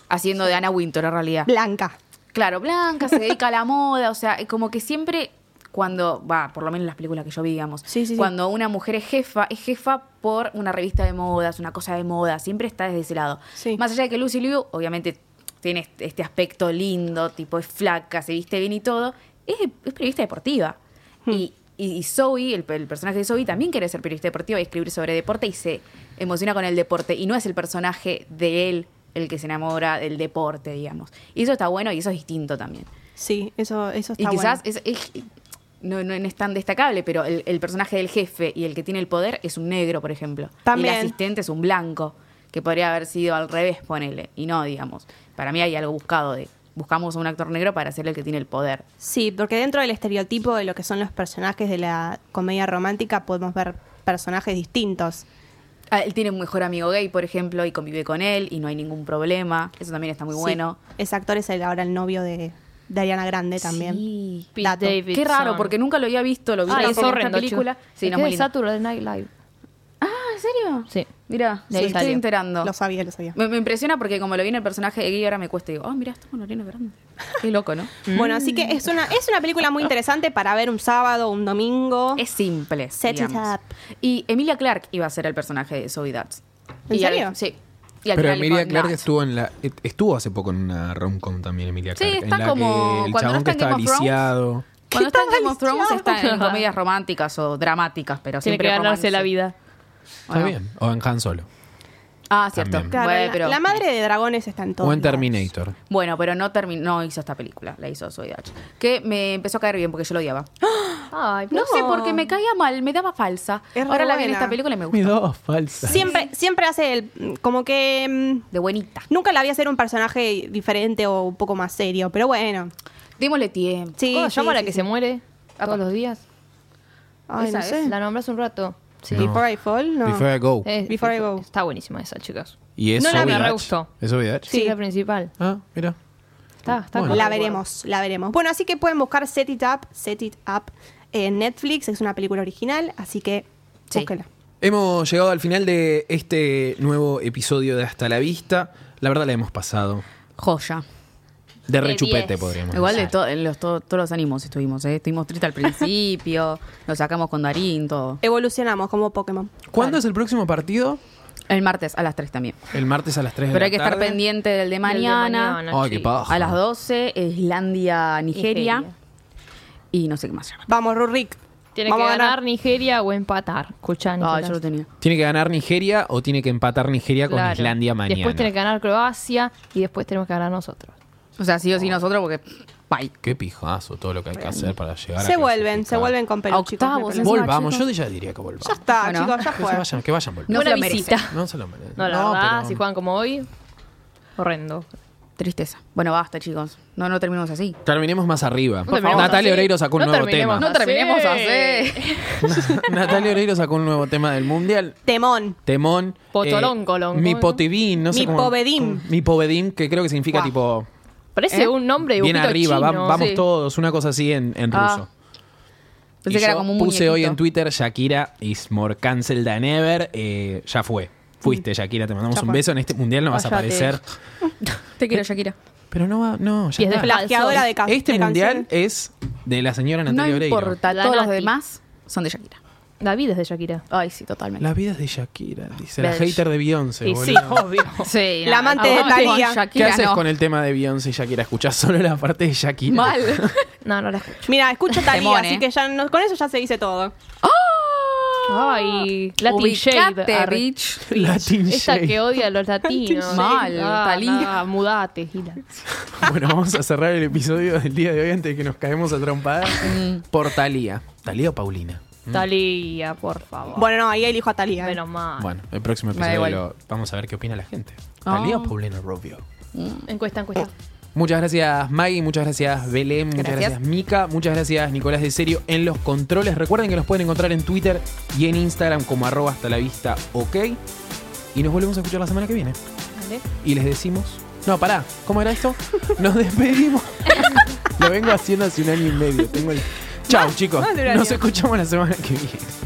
Speaker 3: haciendo de Anna Winter en realidad.
Speaker 4: Blanca.
Speaker 3: Claro, blanca, se dedica a la moda, o sea, como que siempre cuando, va, por lo menos en las películas que yo vi, digamos,
Speaker 4: Sí, sí, sí.
Speaker 3: cuando una mujer es jefa, es jefa por una revista de modas, una cosa de moda, siempre está desde ese lado.
Speaker 4: Sí.
Speaker 3: Más allá de que Lucy Liu, obviamente, tiene este- este aspecto lindo, tipo es flaca, se viste bien y todo, es, es periodista deportiva. Y, y, y Zoe, el, el personaje de Zoe, también quiere ser periodista deportiva y escribir sobre deporte y se emociona con el deporte. Y no es el personaje de él el que se enamora del deporte, digamos. Y eso está bueno y eso es distinto también.
Speaker 4: Sí, eso, eso está
Speaker 3: y quizás
Speaker 4: bueno.
Speaker 3: es, es- no, no es tan destacable, pero el, el personaje del jefe y el que tiene el poder es un negro, por ejemplo.
Speaker 4: También.
Speaker 3: Y el asistente es un blanco, que podría haber sido al revés, ponele. Y no, digamos. Para mí hay algo buscado de. Buscamos a un actor negro para ser el que tiene el poder.
Speaker 4: Sí, porque dentro del estereotipo de lo que son los personajes de la comedia romántica podemos ver personajes distintos.
Speaker 3: Ah, él tiene un mejor amigo gay, por ejemplo, y convive con él y no hay ningún problema. Eso también está muy
Speaker 4: Sí,
Speaker 3: bueno.
Speaker 4: Ese actor es el, ahora el novio de, de Ariana Grande también.
Speaker 3: Sí.
Speaker 2: Pete
Speaker 4: Dato. Qué
Speaker 3: Qué
Speaker 2: Davidson.
Speaker 3: raro, porque nunca lo había visto, lo vi
Speaker 2: Ah,
Speaker 3: recién
Speaker 2: es
Speaker 3: en esta
Speaker 2: horrendo,
Speaker 3: película.
Speaker 2: chico.
Speaker 3: Sí,
Speaker 2: Es
Speaker 3: no,
Speaker 2: que
Speaker 3: muy
Speaker 2: es
Speaker 3: lindo.
Speaker 2: Saturday Night Live.
Speaker 3: Ah, ¿en serio?
Speaker 2: Sí.
Speaker 3: Mira, sí,
Speaker 2: De ahí
Speaker 3: estoy
Speaker 2: salió.
Speaker 3: enterando.
Speaker 4: Lo sabía, lo sabía.
Speaker 3: Me, me impresiona porque como lo vi en el personaje de Guy, ahora me cuesta. Digo, oh, mira, está con Lorena Grande. Qué loco, ¿no?
Speaker 4: Bueno, así que es una, es una película muy interesante para ver un sábado, un domingo.
Speaker 3: Es simple.
Speaker 4: Set it
Speaker 3: digamos.
Speaker 4: up.
Speaker 3: Y Emilia Clark iba a ser el personaje de Zoe Dutz.
Speaker 4: ¿En
Speaker 3: Y al-
Speaker 4: serio?
Speaker 3: sí. Y al
Speaker 1: Pero
Speaker 3: final
Speaker 1: Emilia
Speaker 3: dijo,
Speaker 1: Clarke
Speaker 3: "No".
Speaker 1: estuvo en la. eh, Estuvo hace poco en una rom-com también, Emilia
Speaker 3: Sí,
Speaker 1: Clarke. en
Speaker 3: está
Speaker 1: la
Speaker 3: como-
Speaker 1: que el
Speaker 3: cuando no
Speaker 1: chabón que
Speaker 3: está en
Speaker 1: estaba
Speaker 3: Game of Thrones.
Speaker 1: lisiado.
Speaker 3: Cuando
Speaker 4: ¿Qué
Speaker 3: está en Game of
Speaker 4: tal,
Speaker 3: Thrones
Speaker 4: chavo?
Speaker 3: está en comedias románticas o dramáticas, pero
Speaker 2: Tiene
Speaker 3: siempre
Speaker 2: que ganarse
Speaker 3: romance.
Speaker 2: la vida.
Speaker 1: Está
Speaker 3: Bueno.
Speaker 1: bien. O en Han Solo.
Speaker 3: Ah, cierto.
Speaker 1: También.
Speaker 4: Claro,
Speaker 3: Bueno,
Speaker 4: la-
Speaker 3: pero-
Speaker 4: la, madre de dragones está en todo.
Speaker 1: O en Terminator.
Speaker 3: Bueno, pero no terminó, no hizo esta película, la hizo Zoe Dutch. Que me empezó a caer bien porque yo lo odiaba.
Speaker 2: Ay,
Speaker 3: No,
Speaker 2: pero-
Speaker 3: sé por qué me caía mal, me daba falsa.
Speaker 4: Es re
Speaker 3: Ahora la vi en
Speaker 4: buena.
Speaker 3: esta película y me
Speaker 1: Me
Speaker 3: gusta.
Speaker 1: daba falsa.
Speaker 4: Siempre, siempre hace el, como que mm,
Speaker 3: De buenita.
Speaker 4: nunca la vi hacer un personaje diferente o un poco más serio, pero bueno.
Speaker 3: Démosle tiempo.
Speaker 4: Sí,
Speaker 2: ¿Cómo se
Speaker 4: sí,
Speaker 2: llama la
Speaker 4: sí,
Speaker 2: que
Speaker 4: sí.
Speaker 2: se muere
Speaker 3: Apa.
Speaker 2: todos los días?
Speaker 4: Ay,
Speaker 3: Esa
Speaker 4: no sé.
Speaker 2: La nombras un rato. Sí.
Speaker 1: No.
Speaker 4: Before I Fall, no.
Speaker 1: Before I Go.
Speaker 2: Es-
Speaker 4: Before I Go.
Speaker 2: Está buenísima esa, chicas.
Speaker 1: y es
Speaker 4: no la
Speaker 1: Zoe
Speaker 4: vi,
Speaker 2: me re
Speaker 1: Dutch.
Speaker 2: gustó.
Speaker 1: ¿Es Zoe Dutch?
Speaker 4: Sí.
Speaker 2: Sí. la principal.
Speaker 1: Ah, mira.
Speaker 2: Está, está
Speaker 1: Bueno.
Speaker 2: con-
Speaker 4: La veremos, la veremos. Bueno, así que pueden buscar Set It Up, Set It Up en Netflix, es una película original, así que
Speaker 3: Sí.
Speaker 4: búsquenla.
Speaker 1: Hemos llegado al final de este nuevo episodio de Hasta la Vista. La verdad la hemos pasado.
Speaker 3: Joya.
Speaker 1: De
Speaker 2: De
Speaker 1: rechupete,
Speaker 2: 10.
Speaker 1: podríamos
Speaker 3: Igual de
Speaker 1: decir.
Speaker 3: to- en los, to- todos los ánimos estuvimos, ¿eh? Estuvimos tristes al principio, nos sacamos con Darín, todo.
Speaker 4: Evolucionamos como Pokémon.
Speaker 1: ¿Cuándo es el próximo partido?
Speaker 3: El martes a las 3 también.
Speaker 1: El martes a las 3 de
Speaker 3: Pero
Speaker 1: la
Speaker 3: hay que estar
Speaker 1: tarde.
Speaker 3: pendiente del de
Speaker 2: Del de
Speaker 3: mañana.
Speaker 2: mañana,
Speaker 1: Ay, qué
Speaker 2: chicos.
Speaker 1: paja.
Speaker 3: a las 12, Islandia, Nigeria,
Speaker 2: Nigeria.
Speaker 3: Y no sé qué más llama.
Speaker 4: Vamos, Rurik.
Speaker 2: Tiene
Speaker 4: Vamos
Speaker 2: que
Speaker 4: a
Speaker 2: ganar, Nigeria o empatar. Escuchá,
Speaker 3: Ah,
Speaker 2: Nicolás.
Speaker 3: yo lo tenía.
Speaker 1: Tiene que ganar Nigeria o tiene que empatar Nigeria con
Speaker 2: Claro.
Speaker 1: Islandia mañana.
Speaker 2: Después tiene que ganar Croacia y después tenemos que ganar nosotros.
Speaker 3: O sea, sí o
Speaker 2: Oh.
Speaker 3: sí nosotros porque. Bye.
Speaker 1: Qué pijazo todo lo que hay que hacer para llegar a
Speaker 4: Se vuelven, se
Speaker 1: clasificar.
Speaker 4: vuelven con pelo,
Speaker 3: A
Speaker 4: chicos. no hay
Speaker 3: octavos,
Speaker 4: problema.
Speaker 1: Volvamos, yo ya diría que volvamos.
Speaker 4: Ya está,
Speaker 3: Bueno.
Speaker 4: chicos, ya
Speaker 1: Que se
Speaker 4: fue.
Speaker 1: vayan, que vayan volviendo.
Speaker 3: No
Speaker 2: Buena
Speaker 3: se lo
Speaker 2: visita.
Speaker 3: merecen.
Speaker 1: No se lo merecen.
Speaker 2: No, la verdad,
Speaker 1: pero-
Speaker 2: si juegan como hoy, horrendo.
Speaker 3: Tristeza. Bueno, basta, chicos. No, no terminamos así.
Speaker 1: Terminemos más arriba.
Speaker 2: No terminemos
Speaker 1: Natalia
Speaker 2: así.
Speaker 1: Oreiro sacó un
Speaker 2: No
Speaker 1: nuevo
Speaker 2: terminemos
Speaker 1: tema.
Speaker 2: No terminemos así.
Speaker 1: Natalia Oreiro sacó un nuevo tema del Mundial.
Speaker 4: Temón.
Speaker 1: Temón.
Speaker 2: Potolón,
Speaker 1: eh,
Speaker 2: colón,
Speaker 1: Mi
Speaker 2: ¿cómo?
Speaker 1: potibín, no sé
Speaker 4: Mi
Speaker 1: cómo- Mm.
Speaker 4: povedín.
Speaker 1: Mi povedín, que creo que significa
Speaker 3: Guau.
Speaker 1: tipo...
Speaker 2: Parece
Speaker 3: ¿Eh?
Speaker 2: un nombre de
Speaker 1: Bien
Speaker 2: dibujito
Speaker 1: arriba, va-
Speaker 2: chino,
Speaker 1: vamos
Speaker 2: sí.
Speaker 1: todos, una cosa así en, en
Speaker 3: Ah.
Speaker 1: ruso.
Speaker 3: Pensé
Speaker 1: Y
Speaker 3: que era
Speaker 1: yo
Speaker 3: como un
Speaker 1: puse hoy
Speaker 3: muñequito.
Speaker 1: en Twitter Shakira is more cancel than ever. eh, ya fue. Fuiste, Shakira, te mandamos
Speaker 4: Ya
Speaker 1: un
Speaker 4: fue.
Speaker 1: beso. En este mundial no vas a
Speaker 2: Cállate.
Speaker 1: aparecer.
Speaker 3: Te quiero, Shakira.
Speaker 1: Pero no va, no, ya
Speaker 2: Y es de
Speaker 1: está.
Speaker 2: Fla-
Speaker 4: Plagiadora de, ca-
Speaker 1: Este
Speaker 4: de
Speaker 1: mundial
Speaker 4: canciones.
Speaker 1: es de la señora
Speaker 3: No
Speaker 1: Natalia Oreiro.
Speaker 3: importa,
Speaker 2: La
Speaker 3: todos los
Speaker 2: Nati.
Speaker 3: demás son de Shakira.
Speaker 2: La vida es de Shakira.
Speaker 3: Ay, sí, totalmente.
Speaker 1: La vida es de Shakira, dice la
Speaker 3: Belch.
Speaker 1: hater de Beyoncé,
Speaker 2: Y sí,
Speaker 1: boludo.
Speaker 2: obvio.
Speaker 3: Sí,
Speaker 4: La
Speaker 3: no,
Speaker 4: amante
Speaker 3: no,
Speaker 4: de
Speaker 3: no,
Speaker 4: Thalía.
Speaker 3: Ah, con
Speaker 1: ¿Qué
Speaker 3: Shakira
Speaker 1: haces
Speaker 3: no.
Speaker 1: con el tema de Beyoncé y Shakira? ¿Escuchás solo la parte de Shakira?
Speaker 3: Mal.
Speaker 2: No, no la escucho.
Speaker 4: Mira, escucho Talía,
Speaker 3: Temón, eh.
Speaker 4: así que ya no- con eso ya se dice todo.
Speaker 2: Ay, Latin
Speaker 3: Ubicate,
Speaker 2: Shade. arre.
Speaker 3: bitch.
Speaker 1: Latin
Speaker 2: Esta
Speaker 1: Shade.
Speaker 2: que odia a los latinos. Ah,
Speaker 3: Mal, Thalía.
Speaker 2: nada, mudate, Gila.
Speaker 1: Bueno, vamos a cerrar el episodio del día de hoy antes de que nos caemos a trompadas
Speaker 3: Mm.
Speaker 1: por Talía. ¿Talía o Paulina?
Speaker 2: Talía, por favor.
Speaker 4: Bueno, no, ahí elijo a Talía.
Speaker 2: menos mal.
Speaker 1: Bueno, el próximo
Speaker 3: Ah. Me da
Speaker 1: episodio
Speaker 3: igual.
Speaker 1: lo- vamos a ver qué opina la gente.
Speaker 3: Ah.
Speaker 1: Talía o Paulina Rubio.
Speaker 2: Encuesta, encuesta.
Speaker 1: Muchas gracias Maggie, muchas gracias Belén, muchas gracias,
Speaker 3: Gracias.
Speaker 1: Mica, muchas gracias Nicolás de Serio en los controles. Recuerden que nos pueden encontrar en Twitter y en Instagram como arroba hasta la vista ok. Y nos volvemos a escuchar la semana que viene.
Speaker 2: Vale.
Speaker 1: Y les decimos... No, pará, ¿cómo era esto? Nos despedimos. Lo vengo haciendo hace un año y medio. Tengo el... Chao chicos,
Speaker 4: más de un
Speaker 1: nos
Speaker 4: año.
Speaker 1: escuchamos la semana que viene.